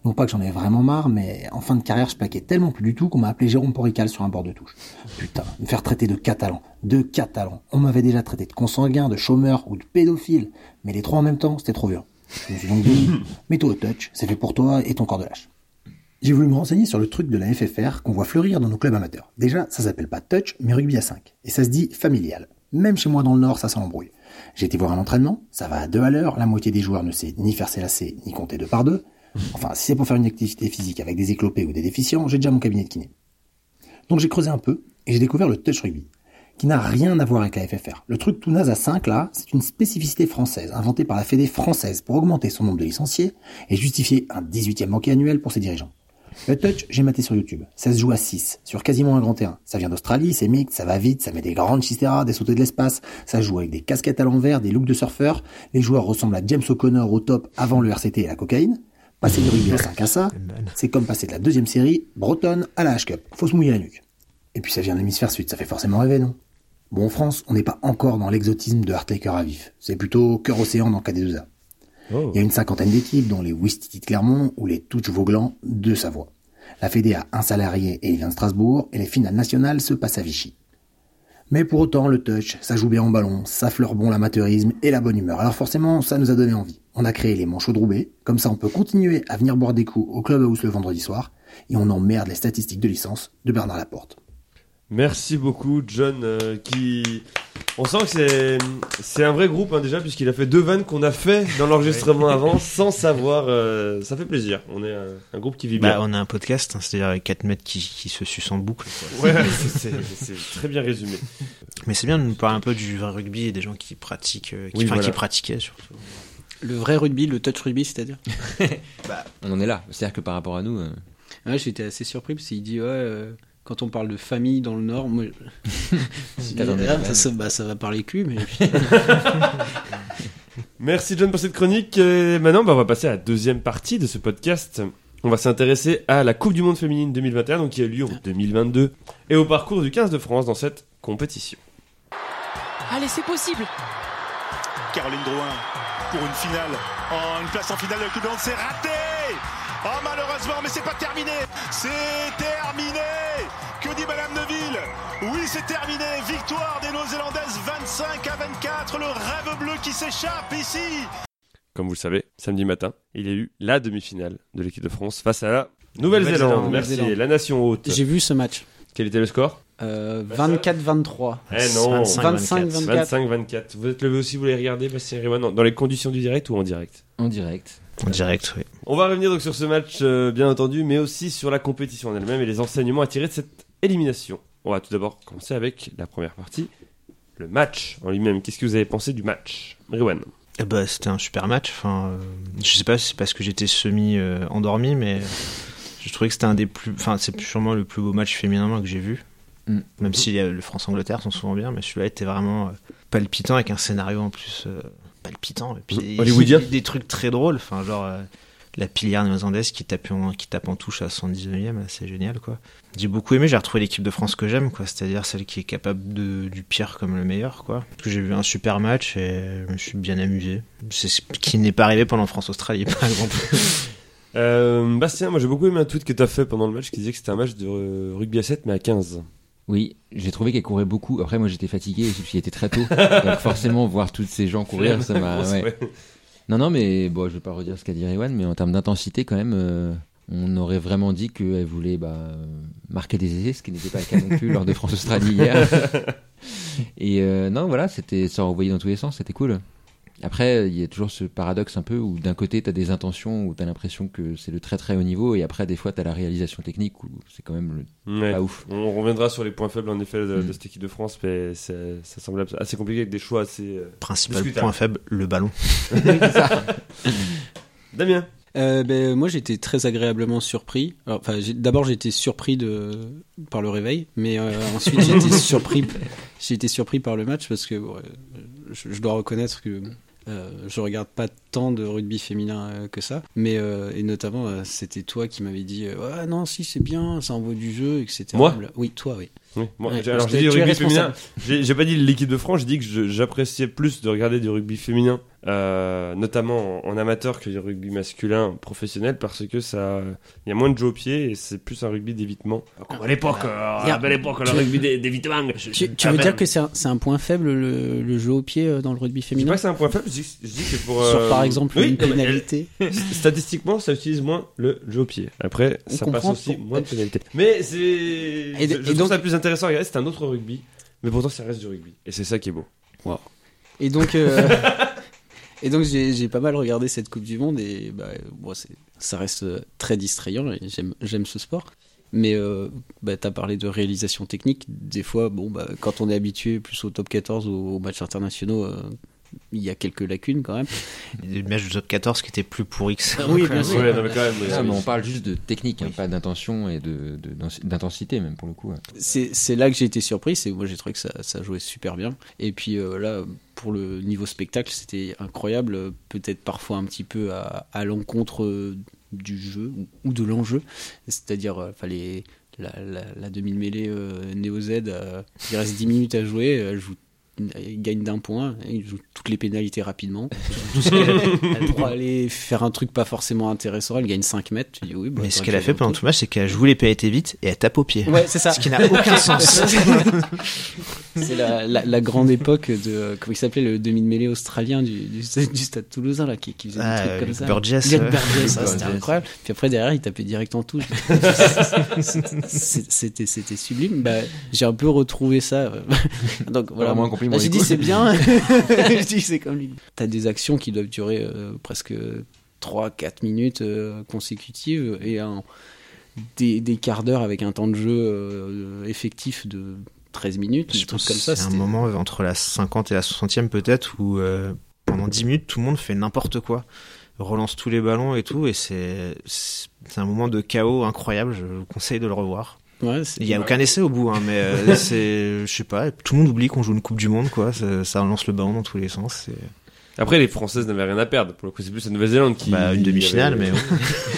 S8: Non pas que j'en avais vraiment marre, mais en fin de carrière, je plaquais tellement plus du tout qu'on m'a appelé Jérôme Porical sur un bord de touche. Putain, me faire traiter de catalan, de catalan. On m'avait déjà traité de consanguin, de chômeur ou de pédophile, mais les trois en même temps, c'était trop violent. Je me suis donc dit, mets-toi au touch, c'est fait pour toi et ton corps de lâche. J'ai voulu me renseigner sur le truc de la FFR qu'on voit fleurir dans nos clubs amateurs. Déjà, ça s'appelle pas touch, mais rugby à 5. Et ça se dit familial. Même chez moi dans le Nord, ça s'embrouille. J'ai été voir un entraînement, ça va à deux à l'heure, la moitié des joueurs ne sait ni faire ses lacets, ni compter deux par deux. Enfin, si c'est pour faire une activité physique avec des éclopés ou des déficients, j'ai déjà mon cabinet de kiné. Donc j'ai creusé un peu et j'ai découvert le touch rugby, qui n'a rien à voir avec la FFR. Le truc tout naze à 5 là, c'est une spécificité française, inventée par la Fédé française pour augmenter son nombre de licenciés et justifier un 18e banquet annuel pour ses dirigeants. Le touch, j'ai maté sur YouTube. Ça se joue à 6, sur quasiment un grand terrain. Ça vient d'Australie, c'est mixte, ça va vite, ça met des grandes chisteras, des sautés de l'espace, ça joue avec des casquettes à l'envers, des looks de surfeurs, les joueurs ressemblent à James O'Connor au top avant le RCT et la cocaïne. Passer du rugby à 5 à ça, c'est comme passer de la deuxième série bretonne à la H-Cup. Faut se mouiller la nuque. Et puis ça vient de l'hémisphère sud, ça fait forcément rêver, non Bon, en France, on n'est pas encore dans l'exotisme de Heartlaker à vif. C'est plutôt cœur océan dans KD2A.
S3: Oh.
S4: Oh.
S8: Il y a une cinquantaine d'équipes, dont les Ouistiti de Clermont ou les Touches Vauglans de Savoie. La Fédé a un salarié et il vient de Strasbourg, et les finales nationales se passent à Vichy. Mais pour autant, le touch, ça joue bien en ballon, ça fleure bon l'amateurisme et la bonne humeur. Alors forcément, ça nous a donné envie. On a créé les manchots de Roubaix, comme ça on peut continuer à venir boire des coups au club house le vendredi soir, et on emmerde les statistiques de licence de Bernard Laporte.
S3: Merci beaucoup, John. euh, qui... On sent que c'est, c'est un vrai groupe hein, déjà, puisqu'il a fait deux vannes qu'on a fait dans l'enregistrement avant sans savoir. euh, Ça fait plaisir. On est un, un groupe qui vit
S4: Bah,
S3: bien.
S4: on a un podcast, hein, c'est-à-dire 4 mètres qui, qui se sucent en boucle. quoi.
S3: Ouais, c'est, c'est- c'est très bien résumé.
S4: Mais c'est bien de nous parler un peu du vrai rugby et des gens qui pratiquent, euh, qui,
S3: Oui,
S4: enfin,
S3: voilà.
S4: qui pratiquaient surtout.
S2: Le vrai rugby, le touch rugby, c'est-à-dire
S5: On en est là. C'est-à-dire que par rapport à nous. euh,
S2: Ouais, j'étais assez surpris parce qu'il dit ouais, euh, quand on parle de famille dans le Nord, moi. je- Je dis,
S5: T'attendais
S2: ah,
S5: pas.
S2: ça, ça- bah, ça va parler cul, mais
S3: Merci, John, pour cette chronique. Et maintenant, bah, on va passer à la deuxième partie de ce podcast. On va s'intéresser à la Coupe du Monde féminine 2021, donc qui a eu lieu en 2022, et au parcours du 15 de France dans cette compétition.
S9: Allez, c'est possible.
S10: Caroline Drouin pour une finale. Oh, une place en finale de la Coupe du Monde, c'est raté Oh, malheureusement, mais c'est pas terminé C'est terminé Que dit Madame Neville Oui, c'est terminé Victoire des Néo-Zélandaises 25 à 24, le rêve bleu qui s'échappe ici
S3: Comme vous le savez, samedi matin, il y a eu la demi-finale de l'équipe de France face à la Nouvelle-Zélande.
S2: Nouvelle-Zélande.
S3: Merci, la nation haute.
S2: j'ai vu ce match.
S3: Quel était le score
S2: Euh,
S3: Bah,
S2: 24-23.
S3: Eh non.
S2: 25-24.
S3: 25-24. Vous êtes levé aussi, vous bah, les regardez, Bastien Riwan, dans- dans les conditions du direct ou en direct
S5: En direct.
S4: En direct, oui.
S3: On va revenir donc sur ce match, euh, bien entendu, mais aussi sur la compétition en elle-même et les enseignements à tirer de cette élimination. On va tout d'abord commencer avec la première partie, le match en lui-même. Qu'est-ce que vous avez pensé du match Riwan
S4: Eh ben, c'était un super match. Enfin, euh, je sais pas si c'est parce que j'étais semi euh, endormi, mais je trouvais que c'était un des plus. Enfin, c'est sûrement le plus beau match féminin moi, que j'ai vu.
S5: Mm.
S4: Même si euh, le France-Angleterre sont souvent bien, mais celui-là était vraiment euh, palpitant avec un scénario en plus euh, palpitant. Et puis des-
S3: Hollywoodien.
S4: des trucs très drôles. Enfin, genre euh, la pilière néo-zélandaise qui tape en qui tape en touche à 119e, là, c'est génial quoi. J'ai beaucoup aimé, j'ai retrouvé l'équipe de France que j'aime, quoi. C'est-à-dire celle qui est capable de, du pire comme le meilleur, quoi. Parce que j'ai vu un super match et je me suis bien amusé. C'est ce qui n'est pas arrivé pendant France-Australie, par exemple.
S3: Euh, Bastien, moi j'ai beaucoup aimé un tweet que t'as fait pendant le match qui disait que c'était un match de euh, rugby à 7 mais à 15.
S5: Oui, j'ai trouvé qu'elle courait beaucoup. Après, moi, j'étais fatigué, et il était très tôt. Donc, forcément, voir toutes ces gens courir, ça m'a.
S3: Grosse,
S5: ouais.
S3: ouais.
S5: Non, non, mais bon, je vais pas redire ce qu'a dit Rewan, mais en termes d'intensité, quand même, euh, on aurait vraiment dit qu'elle voulait bah, euh, marquer des essais, ce qui n'était pas le cas non plus lors de France-Australie hier. Et euh, non, voilà, c'était ça renvoyait dans tous les sens, c'était cool. Après, il y a toujours ce paradoxe un peu où d'un côté, tu as des intentions où tu as l'impression que c'est le très très haut niveau, et après, des fois, tu as la réalisation technique où c'est quand même le
S3: Ouais.
S5: pas ouf.
S3: On reviendra sur les points faibles en effet de, de
S5: Ah Mm.
S3: cette équipe de France, mais c'est- ça semble abs- assez compliqué avec des choix assez. euh,
S4: Principal
S3: Discutable.
S4: point faible, le ballon.
S3: Damien
S2: Euh, ben, moi j'étais très agréablement surpris. Alors, Enfin, j'ai- d'abord j'étais surpris de par le réveil, mais euh, ensuite j'étais surpris. J'ai été surpris par le match parce que bon, euh, je, je dois reconnaître que euh, je regarde pas tant de rugby féminin euh, que ça, mais euh, et notamment euh, c'était toi qui m'avais dit euh, ah non si c'est bien, ça envoie du jeu, etc.
S3: Moi
S2: oui toi oui.
S3: Oui, moi,
S2: Ouais,
S3: j'ai- alors
S2: tu es-
S3: j'ai dit
S2: tu es
S3: rugby féminin.
S2: responsable.
S3: J'ai j'ai pas dit l'équipe de France, j'ai dit que je- j'appréciais plus de regarder du rugby féminin, euh, notamment en, en amateur, que du rugby masculin professionnel, parce que ça, il y a moins de jeux au pied et c'est plus un rugby d'évitement. À l'époque,
S2: à la belle
S3: époque,
S2: le rugby
S3: d'évitement.
S2: Tu,
S3: Ah,
S2: tu veux
S3: ben,
S2: dire que c'est un, c'est un point faible le, le jeu au pied euh, dans le rugby
S3: Je dis
S2: féminin
S3: pas que c'est un point faible, je dis, je dis que pour.
S2: sur
S3: euh,
S2: par exemple
S3: oui,
S2: une
S3: non, mais elle-
S2: pénalité.
S3: Statistiquement, ça utilise moins le jeu au pied. Après,
S2: On
S3: ça passe
S2: comprend
S3: aussi
S2: pour-
S3: moins de pénalités. Mais c'est. Je,
S2: et
S3: je trouve
S2: donc-
S3: ça plus intéressant à regarder, c'est un autre rugby. Mais pourtant, ça reste du rugby. Et c'est ça qui est beau.
S2: Et donc, euh, et donc j'ai j'ai pas mal regardé cette Coupe du Monde et bah, bon, c'est- ça reste euh, très distrayant et j'aime- j'aime ce sport. Mais euh, bah, tu as parlé de réalisation technique. Des fois, bon, bah, quand on est habitué plus au top 14 ou aux matchs internationaux, euh, il y a quelques lacunes quand même.
S4: Le match du top 14 qui était plus pourri que ça.
S2: Ah Oui, bien sûr.
S3: Ouais, non, mais quand même.
S5: Ah,
S3: euh,
S5: mais on parle juste de technique, hein,
S2: Oui.
S5: pas d'intention et de- de- d'intensité même pour le coup. hein. ouais.
S2: C'est c'est là que j'ai été surpris. C'est moi j'ai trouvé que ça, ça jouait super bien. Et puis euh, là, pour le niveau spectacle, c'était incroyable. euh, Peut-être parfois un petit peu à, à l'encontre euh, du jeu ou, ou de l'enjeu. C'est-à-dire, euh, fallait la, la, la demi-mêlée Néo Z, euh, il reste 10 minutes à jouer. euh, Elle joue elle gagne d'un point, elle joue toutes les pénalités rapidement. Tout ce qu'elle- elle pourra aller faire un truc pas forcément intéressant, elle gagne 5 mètres. Tu dis, oui, bah,
S4: Mais ce
S2: t'aurais
S4: qu'elle a
S2: pu
S4: fait
S2: faire un
S4: pendant
S2: truc.
S4: tout le match, c'est qu'elle joue les pénalités vite et elle tape au pied.
S2: Ouais, c'est ça.
S4: Ce qui n'a aucun sens.
S2: C'est la, la- la grande époque de. euh, comment il s'appelait le demi-mêlée australien du, du, du stade toulousain, là, qui, qui faisait
S4: Ah,
S2: des trucs comme
S4: Luc
S2: ça.
S4: Burgess, euh,
S2: Luc
S4: ouais.
S2: Burgess, ça,
S5: Luc
S2: c'était
S5: Burgess.
S2: incroyable. Puis après, derrière, il tapait direct en touche. C'est- c'était, c'était sublime. Bah, j'ai un peu retrouvé ça. euh, Donc voilà.
S5: Vraiment un compliment,
S2: Bah, j'ai
S5: du
S2: dit,
S5: coup.
S2: c'est bien. j'ai dit, c'est comme lui. T'as des actions qui doivent durer euh, presque 3-4 minutes euh, consécutives et un- des, des quarts d'heure avec un temps de jeu euh, effectif de 13 minutes,
S4: Je
S2: des trucs
S4: pense
S2: comme ça.
S4: c'est un
S2: c'était-
S4: moment entre la 50 et la 60e peut-être où euh, pendant 10 minutes tout le monde fait n'importe quoi, relance tous les ballons et tout et c'est c'est un moment de chaos incroyable, je vous conseille de le revoir.
S2: Ouais, c'est-
S4: Il y a aucun essai au bout hein, mais euh, c'est je sais pas, tout le monde oublie qu'on joue une Coupe du monde quoi, ça, ça relance le ballon dans tous les sens, c'est
S3: Après, les Françaises n'avaient rien à perdre. Pour le coup, c'est plus la Nouvelle-Zélande qui.
S4: bah, une demi-finale mais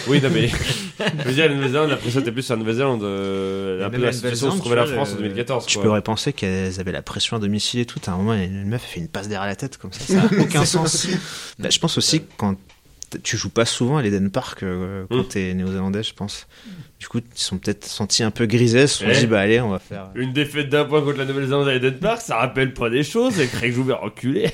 S3: Oui, non, mais. Je veux dire, la Nouvelle-Zélande, après ça, t'es plus la Nouvelle-Zélande. euh, un
S4: Mais
S3: peu
S4: même
S3: la
S4: la
S3: situation où se
S4: Nouvelle-Zélande,
S3: trouvait la
S4: tu vois,
S3: France en
S4: le-
S3: 2014.
S4: Tu
S3: quoi.
S4: peux aurais pensé qu'elles avaient la pression à domicile et tout. À un moment, une meuf a fait une passe derrière la tête comme ça. Ça n'a aucun sens. Bah, je pense aussi que quand tu joues pas souvent à l'Eden Park euh,
S3: Hmm.
S4: quand t'es néo-zélandais, je pense. Du coup, ils sont peut-être sentis un peu grisés, ils se sont
S3: Eh.
S4: dit, bah allez, on va faire.
S3: Une défaite d'un point contre la Nouvelle-Zélande à Eden Park, ça rappelle pas des choses, et Craig Joubert reculé.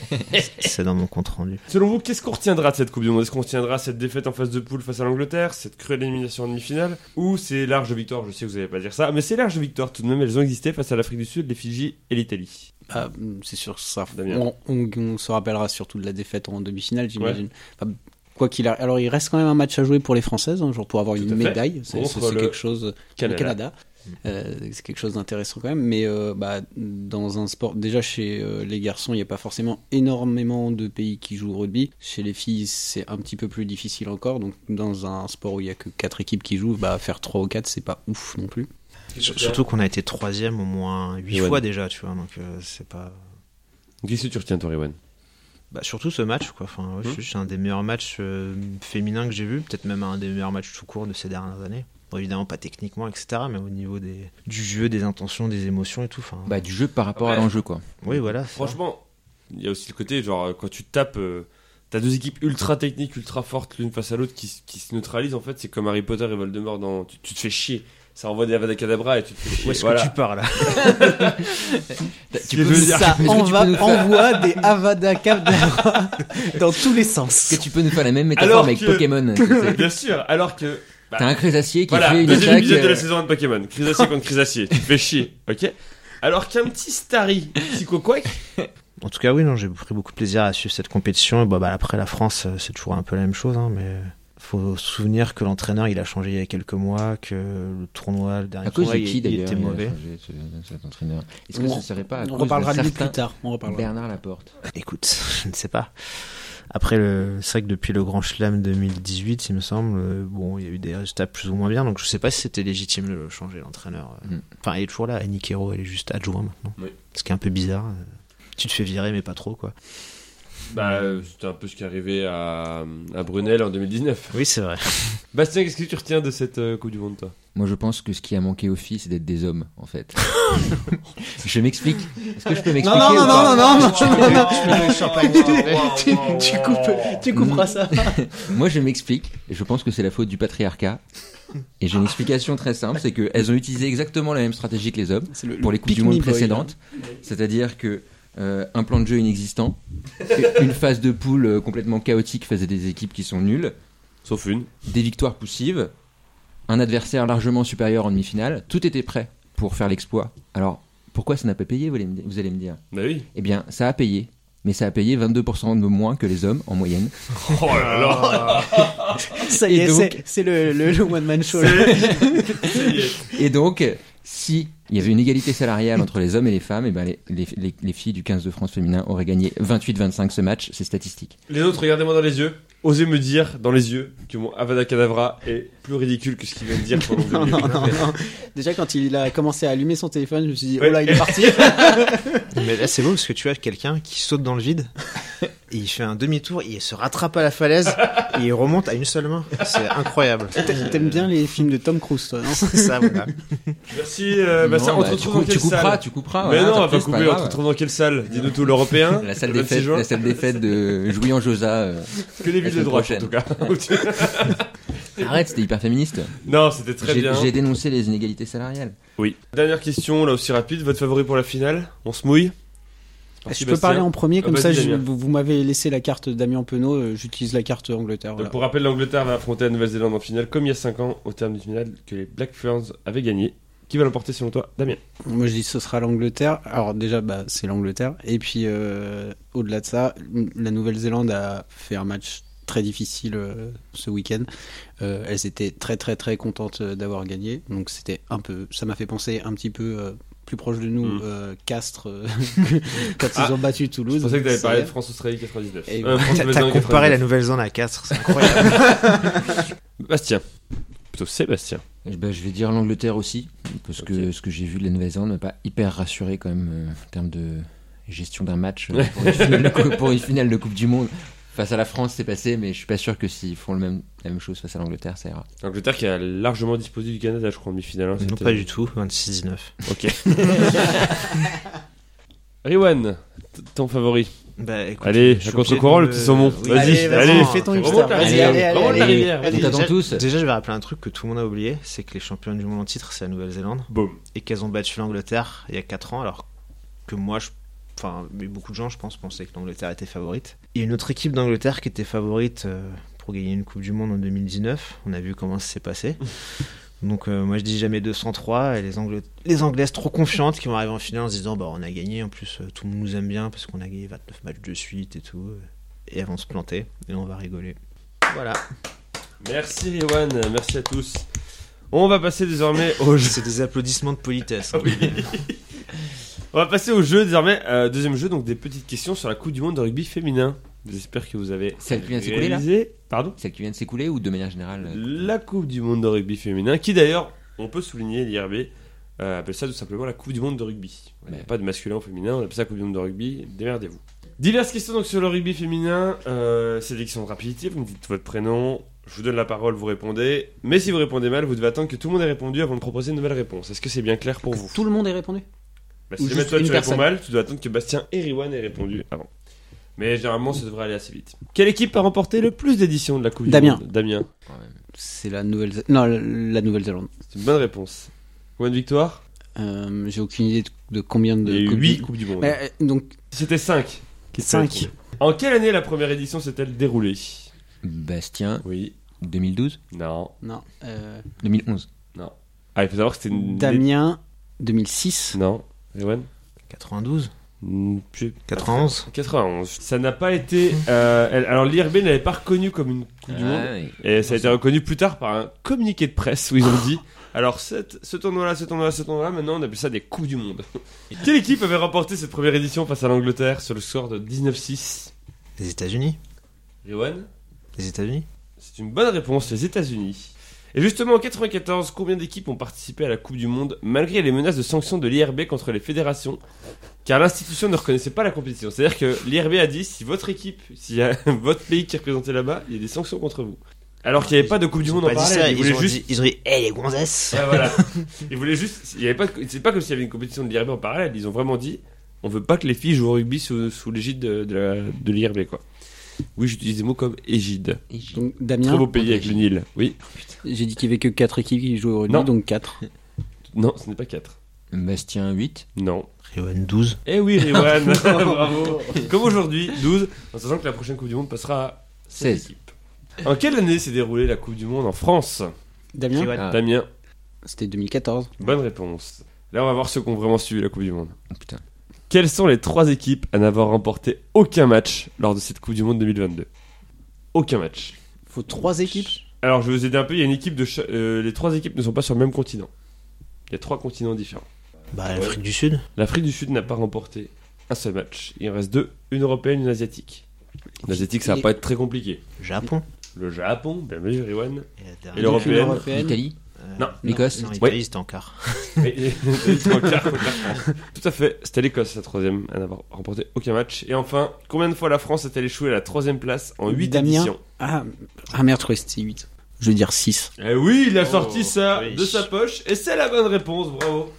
S4: C'est dans mon compte rendu.
S3: Selon vous, qu'est-ce qu'on retiendra de cette Coupe du Monde Est-ce qu'on retiendra cette défaite en phase de poule face à l'Angleterre, cette cruelle élimination en demi-finale, ou ces larges victoires Je sais que vous n'allez pas dire ça, mais ces larges victoires, tout de même, elles ont existé face à l'Afrique du Sud, les Fidji et l'Italie.
S2: Ah, c'est sûr, ça.
S3: Damien.
S2: On, on- on se rappellera surtout de la défaite en demi-finale, j'imagine. Enfin, quoi qu'il arrive. Alors, il reste quand même un match à jouer pour les Françaises, hein, genre pour avoir
S3: Tout
S2: une
S3: à fait.
S2: médaille. C'est
S3: Contre
S2: c'est- c'est
S3: le
S2: quelque chose.
S3: Canada.
S2: Le
S3: Mm.
S2: Canada. Euh, c'est quelque chose d'intéressant quand même. Mais euh, bah, dans un sport, déjà chez euh, les garçons, il n'y a pas forcément énormément de pays qui jouent au rugby. Chez les filles, c'est un petit peu plus difficile encore. Donc, dans un sport où il n'y a que 4 équipes qui jouent, bah, faire 3 ou 4, c'est pas ouf non plus.
S4: S- Surtout qu'on a été troisième au moins huit
S3: Ouais.
S4: fois déjà, tu vois, donc euh, c'est pas.
S3: Qu'est-ce que tu retiens, toi, Rewan
S4: Bah, surtout ce match, quoi. Enfin, ouais,
S3: Mhm.
S4: c'est- C'est un des meilleurs matchs euh, féminins que j'ai vu, peut-être même un des meilleurs matchs tout court de ces dernières années. Bon, évidemment, pas techniquement, etc., mais au niveau des, du jeu, des intentions, des émotions et tout. Enfin,
S5: Bah, du jeu par rapport
S3: Ouais.
S5: à l'enjeu, quoi.
S4: oui, voilà. c'est ça.
S3: Franchement, il y a aussi le côté, genre, euh, quand tu tapes, euh, t'as deux équipes ultra techniques, ultra fortes, l'une face à l'autre, qui, s- qui se neutralisent, en fait, c'est comme Harry Potter et Voldemort dans. Tu, tu te fais chier. Ça envoie des Avadacadabra et tu te fais chier.
S4: Où est-ce
S3: Voilà.
S4: que tu pars là
S2: Bah,
S3: Tu peux dire-
S2: ça
S5: Est-ce que tu
S2: enva-
S5: peux nous faire-
S2: envoie des Avada Kedavra dans tous les sens.
S5: Est-ce que tu peux nous faire la même métaphore
S3: Alors
S5: avec
S3: que-
S5: Pokémon C'est-
S3: Bien sûr, alors que. bah,
S5: T'as un crésacier qui
S3: Voilà,
S5: fait une
S3: deuxième
S5: attaque.
S3: épisode de la
S5: euh,
S3: saison 1 de Pokémon. Crisacier contre Crisacier. Tu te fais chier, ok Alors qu'un petit Starry, Psychoquack,
S4: En tout cas, oui, non, j'ai pris beaucoup de plaisir à suivre cette compétition. Et bah, bah, après, la France, euh, c'est toujours un peu la même chose, hein, mais faut se souvenir que l'entraîneur, il a changé il y a quelques mois, que le tournoi, le dernier
S5: À cause
S4: tournoi,
S5: de qui
S4: il, il
S5: d'ailleurs
S4: était
S5: il a
S4: mauvais.
S5: changé ce- cet entraîneur Est-ce que
S2: On-
S5: ce serait pas à
S2: On
S5: cause
S2: reparlera
S5: d'un
S2: de lui
S5: certain
S2: plus tard. On reparlera.
S5: Bernard Laporte
S4: Écoute, je ne sais pas. Après, le... c'est vrai que depuis le Grand Chelem 2018, il me semble, euh, bon, il y a eu des résultats plus ou moins bien, donc je ne sais pas si c'était légitime de changer l'entraîneur. euh.
S5: Mm.
S4: Enfin, il est toujours là, Annie Kero, elle est juste adjointe maintenant.
S3: Oui.
S4: Ce qui est un peu bizarre. euh, Tu te fais virer, mais pas trop, quoi.
S3: bah, euh, c'était un peu ce qui est arrivé à, à Brunel en 2019.
S4: Oui, c'est vrai.
S3: Bastien, qu'est-ce que tu retiens de cette euh, Coupe du Monde, toi
S5: Moi, je pense que ce qui a manqué aux filles, c'est d'être des hommes, en fait. je m'explique. Est-ce que je peux m'expliquer ou pas
S2: non, non,
S3: Tu
S2: Tu
S5: couperas
S2: ça.
S5: Mm. Moi, je m'explique. et Je pense que c'est la faute du patriarcat. Et j'ai une explication très simple, c'est qu'elles ont utilisé exactement la même stratégie que les hommes
S2: C'est le-
S5: pour
S2: le
S5: les coupes du
S2: pick me
S5: monde
S2: boy,
S5: précédentes, c'est-à-dire que euh, un plan de jeu inexistant, une phase de poule euh, complètement chaotique faisait des équipes qui sont nulles,
S3: Sauf une.
S5: des victoires poussives, un adversaire largement supérieur en demi-finale, tout était prêt pour faire l'exploit. Alors pourquoi ça n'a pas payé, vous allez me di- vous allez me dire
S3: Bah oui.
S5: Eh bien, ça a payé, mais ça a payé 22% de moins que les hommes en moyenne.
S3: Oh là là
S2: là. Ça y
S5: Et
S2: est,
S5: donc-
S2: c'est- c'est le, le, le one man show. là.
S5: Et donc, si il y avait une égalité salariale entre les hommes et les femmes, et ben les, les- les- les filles du 15 de France féminin auraient gagné 28-25 ce match, c'est statistique.
S3: Les autres, regardez-moi dans les yeux. Osez me dire dans les yeux que mon Avada Kedavra est plus ridicule que ce qu'il vient de dire pendant deux
S2: Non, non,
S3: minutes.
S2: non, non. Déjà, quand il a commencé à allumer son téléphone, je me suis dit, oh
S3: Ouais.
S2: là, il est parti.
S4: Mais là, c'est beau parce que tu as quelqu'un qui saute dans le vide, et il fait un demi-tour, il se rattrape à la falaise, et il remonte à une seule main. C'est incroyable.
S2: T'aimes bien les films de Tom Cruise, toi, non
S4: C'est ça, voilà.
S3: Merci, euh, Bastien.
S5: Non,
S3: on
S5: bah,
S3: te
S5: tu,
S3: retrouve
S5: cou-
S3: dans quelle
S5: tu couperas,
S3: salle
S5: tu couperas.
S3: Mais
S5: voilà,
S3: non, on va
S5: après,
S3: pas
S5: c'est
S3: couper. On
S5: grave.
S3: te retrouve dans quelle salle Dis-nous tout, l'Européen le
S5: La salle, des
S3: 26
S5: fêtes,
S3: juin
S5: la salle des fêtes de Jouy en Josa. euh.
S3: Que les
S5: La
S3: villes de
S5: semaine
S3: droite, en
S5: prochaine.
S3: tout cas.
S5: Arrête, c'était hyper féministe.
S3: non, c'était très
S5: J'ai-
S3: bien.
S5: J'ai dénoncé les inégalités salariales.
S3: Oui. Dernière question, là aussi rapide. Votre favori pour la finale On se mouille C'est parti,
S2: Je peux
S3: Bastien.
S2: parler en premier, comme
S3: Ah,
S2: ça,
S3: vas-y,
S2: je-
S3: Damien.
S2: vous, vous m'avez laissé la carte Damien Penaud, euh, j'utilise la carte Angleterre.
S3: Donc,
S2: voilà.
S3: pour rappel, l'Angleterre va affronter la Nouvelle-Zélande en finale, comme il y a 5 ans, au terme d'une finale que les Black Ferns avaient gagné. Qui va l'emporter selon toi Damien.
S2: Moi, je dis que ce sera l'Angleterre. Alors, déjà, bah, c'est l'Angleterre. Et puis, euh, au-delà de ça, la Nouvelle-Zélande a fait un match très difficile euh, ce week-end. Euh, elles étaient très, très, très contentes euh, d'avoir gagné. Donc, c'était un peu. Ça m'a fait penser un petit peu. euh, plus proche de nous,
S3: Mm.
S2: euh, Castres, euh, quand ils
S3: Ah,
S2: ont battu
S3: Je
S2: Toulouse.
S3: pensais que tu avais parlé de
S2: C'est-
S3: France-Australie 99.
S2: Et
S3: Euh, France,
S4: T'as- T'as
S3: Nouvelle-Zélande
S4: comparé la
S3: 99.
S4: Nouvelle-Zélande à 4, c'est incroyable.
S3: Bastien. Plutôt Sébastien.
S5: Eh ben, je vais dire l'Angleterre aussi, parce que
S3: Ok.
S5: ce que j'ai vu de la Nouvelle-Zélande m'a pas hyper rassuré quand même euh, en termes de gestion d'un match euh, pour, une finale de cou- pour une finale de Coupe du Monde. Face à la France, c'est passé, mais je suis pas sûr que s'ils font le même, la même chose face à l'Angleterre, ça ira.
S3: L'Angleterre qui a largement disposé du Canada, je crois, en demi-finale. hein,
S4: non,
S3: c'était-
S4: pas du tout, 26-19.
S3: Ok. Riwan, t- ton favori.
S4: Bah, écoute,
S3: Allez,
S4: je suis
S3: à
S4: obligé
S3: contre-courant,
S4: de
S3: le
S4: me-
S3: petit saumon.
S4: Oui,
S3: Vas-y,
S4: vas-y,
S3: euh, allez,
S4: fais ton
S3: remonte
S4: hipster.
S3: la
S4: Vas-y,
S3: rivière,
S4: allez, allez,
S3: remonte la
S4: allez,
S3: rivière.
S4: allez,
S5: On t'attend
S4: déjà-
S5: tous.
S4: Déjà, je vais rappeler un truc que tout le monde a oublié c'est que les champions du monde en titre, c'est la Nouvelle-Zélande.
S3: Boum.
S4: Et qu'elles ont battu l'Angleterre il y a 4 ans, alors que moi, je... enfin, mais beaucoup de gens, je pense, pensaient que l'Angleterre était favorite. Il y a une autre équipe d'Angleterre qui était favorite euh, pour gagner une Coupe du Monde en 2019. On a vu comment ça s'est passé. Donc euh, moi je dis jamais 203 et les, Anglais, les Anglaises trop confiantes qui vont arriver en finale en se disant bah on a gagné en plus euh, tout le monde nous aime bien parce qu'on a gagné 29 matchs de suite et tout euh, et elles vont se planter et on va rigoler. Voilà.
S3: Merci Riwan, merci à tous. On va passer désormais au jeu.
S4: C'est des applaudissements de politesse. hein.
S3: Ah On va passer au jeu désormais. Euh, deuxième jeu, donc des petites questions sur la Coupe du Monde de rugby féminin. J'espère que vous avez
S5: Celle qui vient de s'écouler, là
S3: réalisé- Pardon
S5: Celle qui vient de s'écouler ou de manière générale euh,
S3: La Coupe du Monde de rugby féminin, qui d'ailleurs, on peut souligner, l'IRB euh, appelle ça tout simplement la Coupe du Monde de rugby. Il n'y a
S5: Ouais.
S3: pas de masculin ou féminin, on appelle ça Coupe du Monde de rugby, démerdez-vous. Diverses questions donc sur le rugby féminin, euh, sélection de rapidité, vous me dites votre prénom, je vous donne la parole, vous répondez, mais si vous répondez mal, vous devez attendre que tout le monde ait répondu avant de proposer une nouvelle réponse. Est-ce que c'est bien clair pour vous
S2: Tout le monde est répondu.
S3: bah,
S2: Ou
S3: si jamais
S2: juste
S3: toi
S2: une
S3: tu réponds
S2: personne. Mm.
S3: mal, tu dois attendre que Bastien et Riwan aient répondu avant. Mais généralement, ça devrait aller assez vite. Quelle équipe a remporté le plus d'éditions de la Coupe
S2: Damien.
S3: du Monde Damien.
S5: quand même.
S2: C'est la Nouvelle. Non, la Nouvelle-Zélande.
S3: C'est une bonne réponse. Combien de victoires
S2: Euh, J'ai aucune idée de, de combien de.
S3: Il y a eu
S2: coupes du-
S3: 8 Coupes du Monde.
S2: Mais, euh, donc
S3: C'était 5.
S2: Cinq.
S3: En quelle année la première édition s'est-elle déroulée
S5: Bastien,
S3: Oui.
S5: 2012
S3: Non.
S2: non. euh,
S5: 2011
S3: Ah, il faut savoir que c'était une.
S2: Damien 2006.
S3: Non. Riwan
S4: 92
S3: Mm, plus-
S4: 91
S3: 91. Ça n'a pas été. euh, elle- Alors, l'IRB n'avait pas reconnu comme une Coupe du Monde.
S5: Ouais.
S3: Et ça a été reconnu plus tard par un communiqué de presse où ils ont dit Alors, cette- ce tournoi-là, ce tournoi-là, ce tournoi-là, maintenant on appelle ça des Coupes du Monde. Quelle équipe avait remporté cette première édition face à l'Angleterre sur le score de 19-6
S4: Les États-Unis
S3: Riwan
S4: Les États-Unis
S3: C'est une bonne réponse, les États-Unis. Et justement, en 94, combien d'équipes ont participé à la Coupe du Monde malgré les menaces de sanctions de l'IRB contre les fédérations Car l'institution ne reconnaissait pas la compétition. C'est-à-dire que l'IRB a dit si votre équipe, s'il y a votre pays qui est représenté là-bas, il y a des sanctions contre vous. Alors qu'il n'y avait pas de Coupe du Monde en
S4: Pas dit ça,
S3: parallèle. Ils
S4: Bah, ils
S3: voulaient
S4: ont
S3: juste
S4: dit ils ont dit hey les gonzesses.
S3: Ouais, voilà. Ils voulaient juste. Il y avait pas. de- C'est pas comme s'il y avait une compétition de l'IRB en parallèle. Ils ont vraiment dit, on veut pas que les filles jouent au rugby sous, sous l'égide de, de la- de l'IRB quoi. Oui, j'utilise des mots comme égide.
S2: Donc
S3: Très beau
S2: Damien,
S3: pays avec le Nil. Oui.
S2: j'ai dit qu'il y avait que 4 équipes qui jouaient au rugby,
S3: Non.
S2: donc 4.
S3: Non, ce n'est pas 4
S5: Bastien, 8
S3: Non.
S4: Riwan 12
S3: Eh oui, Riwan. Bravo. Comme aujourd'hui, 12. En sachant que la prochaine Coupe du Monde passera. à cette
S5: 16.
S3: équipe. En quelle année s'est déroulée la Coupe du Monde en France
S2: Damien,
S4: Riwan.
S5: Ah,
S3: Damien,
S2: c'était 2014.
S3: bonne réponse. Là, on va voir ceux qui ont vraiment suivi la Coupe du Monde.
S5: putain.
S3: Quelles sont les trois équipes à n'avoir remporté aucun match lors de cette Coupe du Monde 2022 Aucun match.
S2: Faut 3 équipes.
S3: Alors, je vais vous aider un peu. Il y a une équipe de. cha- euh, les trois équipes ne sont pas sur le même continent. Il y a trois continents différents.
S4: Bah l'Afrique du Sud
S3: L'Afrique du Sud n'a pas remporté un seul match. Il en reste deux une européenne, une asiatique. L'asiatique, ça va
S2: Et-
S3: pas être très compliqué.
S4: Japon
S3: Le Japon, bien vu, Riwan.
S2: Ah,
S4: Et la
S3: Et
S4: dernière-
S3: l'européenne.
S5: Italie,
S4: Euh,
S3: Non.
S5: l'Écosse,
S4: Non,
S3: Ouais.
S4: l'Italie, c'était en quart.
S3: Mais- L'Italie, en quart contre la France. Tout à fait. C'était l'Écosse, la troisième, à n'avoir remporté aucun match. Et enfin, combien de fois la France a-t-elle échoué à la troisième place en huit
S2: Damien.
S3: éditions
S2: Ah, ah merde, je croyais que c'était 8. Je veux dire 6.
S3: Eh oui, il a
S4: Oh,
S3: sorti ça
S4: oui.
S3: de sa poche et c'est la bonne réponse, bravo.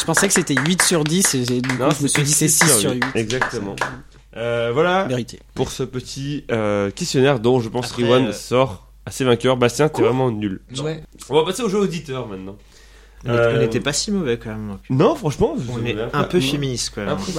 S2: Je pensais que c'était 8 sur 10 et j'ai- du coup, je me suis dit c'est 6 sur 8.
S3: Exactement. Euh, voilà
S2: Vérité.
S3: pour ce petit euh, questionnaire dont je pense
S4: Après,
S3: Riwan
S4: euh,
S3: sort assez vainqueur. Bastien, t'es vraiment nul.
S5: Ouais.
S3: On va passer au jeu auditeur maintenant.
S4: On
S3: Euh,
S4: est- on n'était pas si mauvais quand même.
S3: Non, franchement, vous-
S4: On
S3: vous
S4: est
S3: avez
S4: un peu
S3: Non.
S4: féministe quand
S3: Un
S4: même.
S3: peu-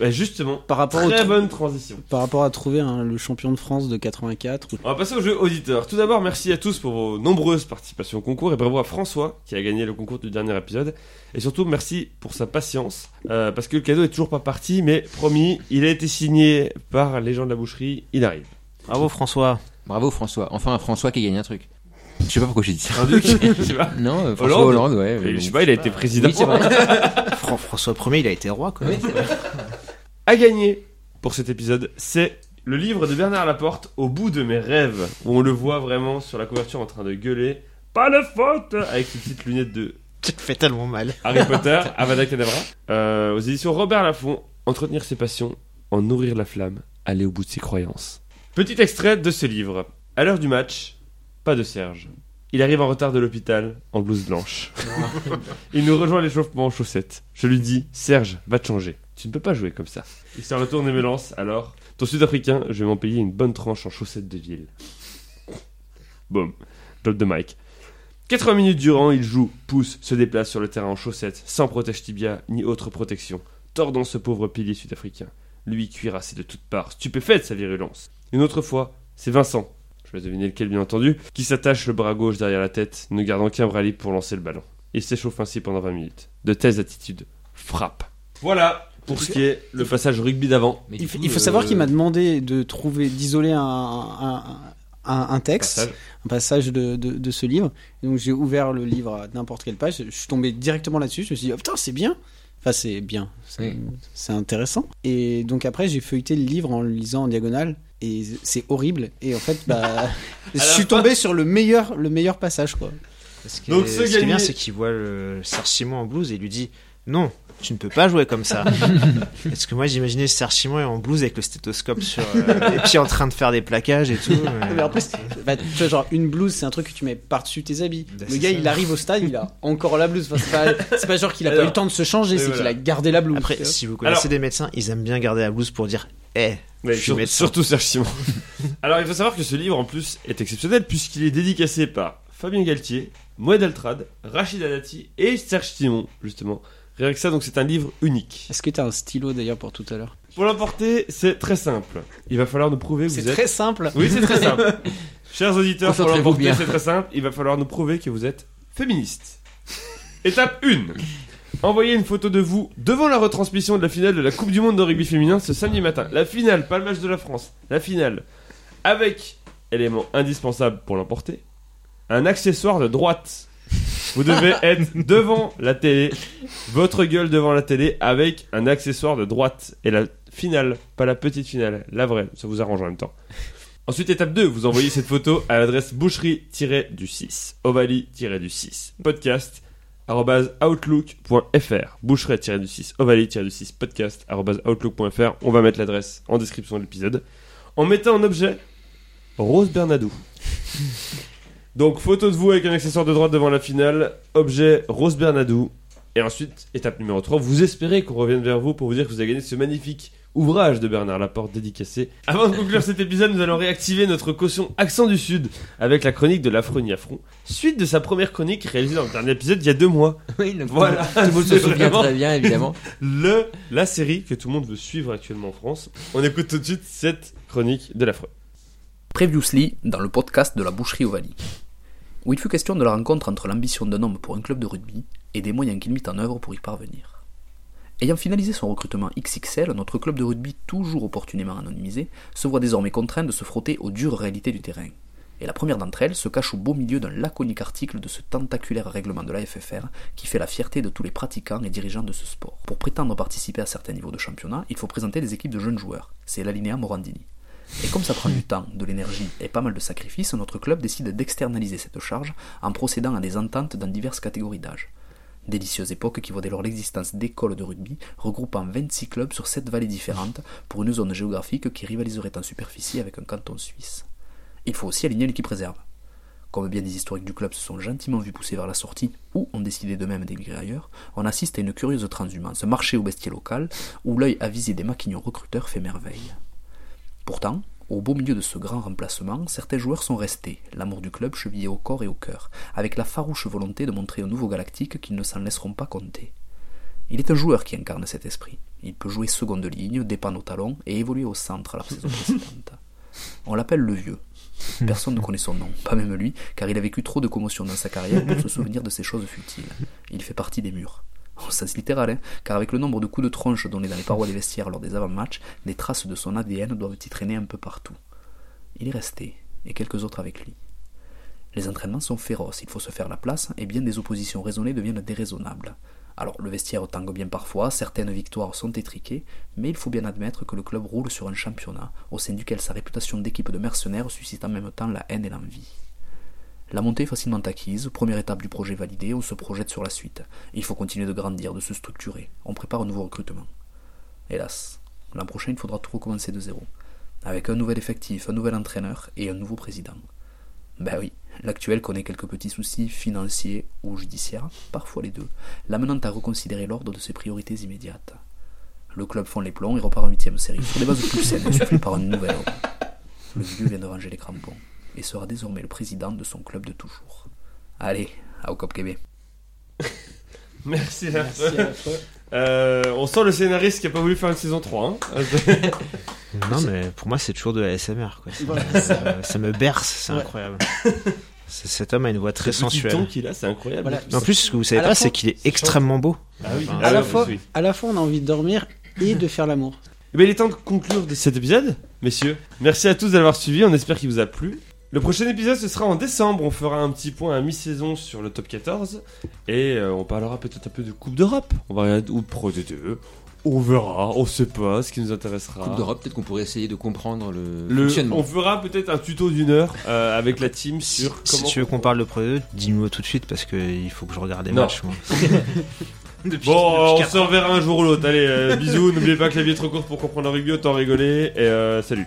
S3: Bah, justement,
S2: Par rapport, au
S3: très
S2: trou-
S3: bonne transition.
S2: par rapport à trouver hein, le champion de France de 84. ou-
S3: On va passer au jeu auditeur. Tout d'abord, merci à tous pour vos nombreuses participations au concours et bravo à François qui a gagné le concours du dernier épisode. Et surtout, merci pour sa patience euh, parce que le cadeau est toujours pas parti, mais promis, il a été signé par les gens de la boucherie. Il arrive.
S4: Bravo François.
S5: Bravo François. Enfin un François qui a gagné un truc. Je sais pas pourquoi j'ai dit ça.
S3: Un duc, Ah je sais pas.
S5: Non, euh, François
S3: Hollande.
S5: Hollande, ouais.
S3: Et
S5: euh,
S3: je sais pas, il a été président.
S5: Oui, c'est vrai.
S4: Fran- François Ier, il a été roi quand même.
S3: à gagner pour cet épisode, c'est le livre de Bernard Laporte, Au bout de mes rêves, où on le voit vraiment sur la couverture en train de gueuler. Pas de faute Avec ses petites lunettes de
S4: Tu te fais tellement mal.
S3: Harry Potter, Avada Kedavra. Euh, aux éditions Robert Laffont, Entretenir ses passions, en nourrir la flamme, aller au bout de ses croyances. Petit extrait de ce livre. À l'heure du match, pas de Serge. Il arrive en retard de l'hôpital, en blouse blanche. Il nous rejoint à l'échauffement en chaussettes. Je lui dis Serge, va te changer. Tu ne peux pas jouer comme ça. Il sort la tournée me lance, alors. Ton sud-africain, je vais m'en payer une bonne tranche en chaussettes de ville. Boum. Drop de Mike. 80 minutes durant, il joue, pousse, se déplace sur le terrain en chaussettes, sans protège tibia ni autre protection, tordant ce pauvre pilier sud-africain. Lui cuirassé de toutes parts, stupéfait de sa virulence. Une autre fois, c'est Vincent, je vais deviner lequel bien entendu, qui s'attache le bras gauche derrière la tête, ne gardant qu'un bras libre pour lancer le ballon. Il s'échauffe ainsi pendant 20 minutes. De telles attitudes, frappe. Voilà pour ce qui est le passage rugby d'avant.
S5: Mais
S2: Il,
S5: du
S2: f-
S5: coup,
S2: il faut savoir
S5: euh,
S2: qu'il m'a demandé de trouver, d'isoler un, un- un- un texte,
S3: Passage.
S2: un passage de, de- de ce livre. Et donc j'ai ouvert le livre à n'importe quelle page, je suis tombé directement là-dessus, je me suis dit, oh putain, c'est bien. Enfin, c'est bien, c'est
S5: Oui.
S2: c'est intéressant. Et donc après, j'ai feuilleté le livre en le lisant en diagonale. Et c'est horrible. Et en fait, bah, je suis tombé sur le meilleur, le meilleur passage, quoi.
S4: Ce qui,
S3: Donc,
S4: est,
S3: ce
S4: ce qui est
S3: gagné-
S4: bien, c'est qu'il voit le Sarciment en blouse et il lui dit Non, tu ne peux pas jouer comme ça. Parce que moi, j'imaginais Sarciment en blouse avec le stéthoscope sur. euh, et puis en train de faire des plaquages et tout. euh. mais-
S2: Mais en plus, bah, tu vois, genre une blouse, c'est un truc que tu mets par-dessus tes habits.
S4: Bah,
S2: le
S4: c'est
S2: gars,
S4: ça.
S2: il arrive au stade, il a encore la blouse. Enfin, c'est pas, c'est pas genre qu'il a pas
S3: Alors,
S2: eu le temps de se changer,
S3: et
S2: c'est qu'il
S3: voilà.
S2: a gardé la blouse.
S4: Après,
S2: tu vois.
S4: si vous connaissez
S3: Alors-
S4: des médecins, ils aiment bien garder la blouse pour dire Eh,
S3: Mais
S4: Je suis
S3: sur-
S4: médecin.
S3: surtout Serge Simon. Alors il faut savoir que ce livre en plus est exceptionnel puisqu'il est dédicacé par Fabien Galtier, Moed Altrad, Rachid Adati et Serge Simon justement. Rien que ça, donc c'est un livre unique.
S2: Est-ce que t'as un stylo d'ailleurs pour tout à l'heure
S3: Pour l'emporter, c'est très simple. Il va falloir nous prouver que
S2: C'est
S3: vous êtes.
S2: très simple.
S3: Oui, c'est très simple. Chers auditeurs, pour
S5: Concentrez-vous
S3: l'emporter,
S5: bien.
S3: c'est très simple. Il va falloir nous prouver que vous êtes féministe. Étape 1. Envoyez une photo de vous devant la retransmission de la finale de la Coupe du Monde de rugby féminin ce samedi matin. La finale, pas le match de la France. La finale. Avec, élément indispensable pour l'emporter, un accessoire de droite. Vous devez être devant la télé, votre gueule devant la télé avec un accessoire de droite. Et la finale, pas la petite finale, la vraie, ça vous arrange en même temps. Ensuite, étape 2, vous envoyez cette photo à l'adresse boucherie-du-6, ovalie-du-6, podcast arobase outlook.fr boucherie-du-6, ovalie-du-6, podcast arobase outlook.fr On va mettre l'adresse en description de l'épisode. En mettant en objet Rose Bernadou. Donc, photo de vous avec un accessoire de droite devant la finale, objet Rose Bernadou. Et ensuite, étape numéro 3, vous espérez qu'on revienne vers vous pour vous dire que vous avez gagné ce magnifique ouvrage de Bernard Laporte dédicacé. Avant de conclure cet épisode, nous allons réactiver notre caution Accent du Sud avec la chronique de l'Afronie Afron, suite de sa première chronique réalisée dans le dernier épisode il y a deux mois.
S5: Oui, donc,
S3: Voilà,
S5: Tout le monde
S3: c'est
S5: se souvient
S3: vraiment-
S5: très bien, évidemment.
S3: Le, la série que tout le monde veut suivre actuellement en France. On écoute tout de suite cette chronique de l'Afro.
S11: Previously, dans le podcast de la boucherie Ovalie, où il fut question de la rencontre entre l'ambition d'un homme pour un club de rugby et des moyens qu'il mit en œuvre pour y parvenir. Ayant finalisé son recrutement XXL, notre club de rugby, toujours opportunément anonymisé, se voit désormais contraint de se frotter aux dures réalités du terrain. Et la première d'entre elles se cache au beau milieu d'un laconique article de ce tentaculaire règlement de la FFR qui fait la fierté de tous les pratiquants et dirigeants de ce sport. Pour prétendre participer à certains niveaux de championnat, il faut présenter des équipes de jeunes joueurs. C'est l'alinéa Morandini. Et comme ça prend du temps, de l'énergie et pas mal de sacrifices, notre club décide d'externaliser cette charge en procédant à des ententes dans diverses catégories d'âge. Délicieuse époque qui voit dès lors l'existence d'écoles de rugby regroupant 26 clubs sur 7 vallées différentes pour une zone géographique qui rivaliserait en superficie avec un canton suisse. Il faut aussi aligner l'équipe réserve. Comme bien des historiques du club se sont gentiment vus pousser vers la sortie ou ont décidé de même d'émigrer ailleurs, on assiste à une curieuse transhumance, marché au bestier local, où l'œil avisé des maquignons recruteurs fait merveille. Pourtant, au beau milieu de ce grand remplacement, certains joueurs sont restés, l'amour du club chevillé au corps et au cœur, avec la farouche volonté de montrer aux nouveaux galactiques qu'ils ne s'en laisseront pas compter. Il est un joueur qui incarne cet esprit. Il peut jouer seconde ligne, dépanne au talon et évoluer au centre à la saison précédente. On l'appelle le vieux. Personne ne connaît son nom, pas même lui, car il a vécu trop de commotions dans sa carrière pour se souvenir de ces choses futiles. Il fait partie des murs. Au sens littéral, hein, car avec le nombre de coups de tronche donnés dans les parois des vestiaires lors des avant-matchs, des traces de son ADN doivent y traîner un peu partout. Il est resté, et quelques autres avec lui. Les entraînements sont féroces, il faut se faire la place, et bien des oppositions raisonnées deviennent déraisonnables. Alors, le vestiaire tangue bien parfois, certaines victoires sont étriquées, mais il faut bien admettre que le club roule sur un championnat, au sein duquel sa réputation d'équipe de mercenaires suscite en même temps la haine et l'envie. La montée est facilement acquise, première étape du projet validée, on se projette sur la suite. Il faut continuer de grandir, de se structurer. On prépare un nouveau recrutement. Hélas, l'an prochain, il faudra tout recommencer de zéro. Avec un nouvel effectif, un nouvel entraîneur et un nouveau président. Ben oui, l'actuel connaît quelques petits soucis financiers ou judiciaires, parfois les deux, l'amenant à reconsidérer l'ordre de ses priorités immédiates. Le club fond les plombs et repart en 8ème série sur des bases plus saines, insufflées par un nouvel homme. Le vieux vient de ranger les crampons et sera désormais le président de son club de toujours. Allez, à Ocop Québec.
S3: Merci, Raph. Euh, on sent le scénariste qui a pas voulu faire une saison 3. hein.
S4: Non, mais pour moi, c'est toujours de la SMR. Quoi. Ça, me- euh, ça me berce, c'est
S3: Ouais.
S4: incroyable. C- Cet homme a une voix très
S3: Le petit ton
S4: sensuelle.
S3: qu'il a, c'est incroyable.
S2: Voilà.
S4: En plus, ce que vous savez
S2: À la
S4: pas,
S2: fin,
S4: c'est qu'il
S2: ça
S4: est
S2: change.
S4: extrêmement beau.
S3: Ah oui.
S4: Enfin,
S2: à, la
S3: oui,
S2: fois,
S3: oui.
S2: à la fois, on a envie de dormir et de faire l'amour.
S3: Eh ben, il est temps de conclure de cet épisode, messieurs. Merci à tous d'avoir suivi, on espère qu'il vous a plu. Le prochain épisode, ce sera en décembre. On fera un petit point à mi-saison sur le top 14. Et euh, on parlera peut-être un peu de Coupe d'Europe. On va regarder ou de Pro D2. On verra, on sait pas ce qui nous intéressera.
S5: Coupe d'Europe, peut-être qu'on pourrait essayer de comprendre le,
S3: Le-
S5: fonctionnement.
S3: on fera peut-être un tuto d'une heure euh, avec la team sur
S4: Si
S3: comment.
S4: tu veux qu'on parle de Pro 2, dis-nous tout de suite parce qu'il faut que je regarde les
S3: Non.
S4: matchs. moi.
S3: bon, on se reverra un jour ou l'autre. Allez, euh, bisous. N'oubliez pas que la vie est trop courte pour comprendre le rugby. Autant rigoler. Et euh, salut.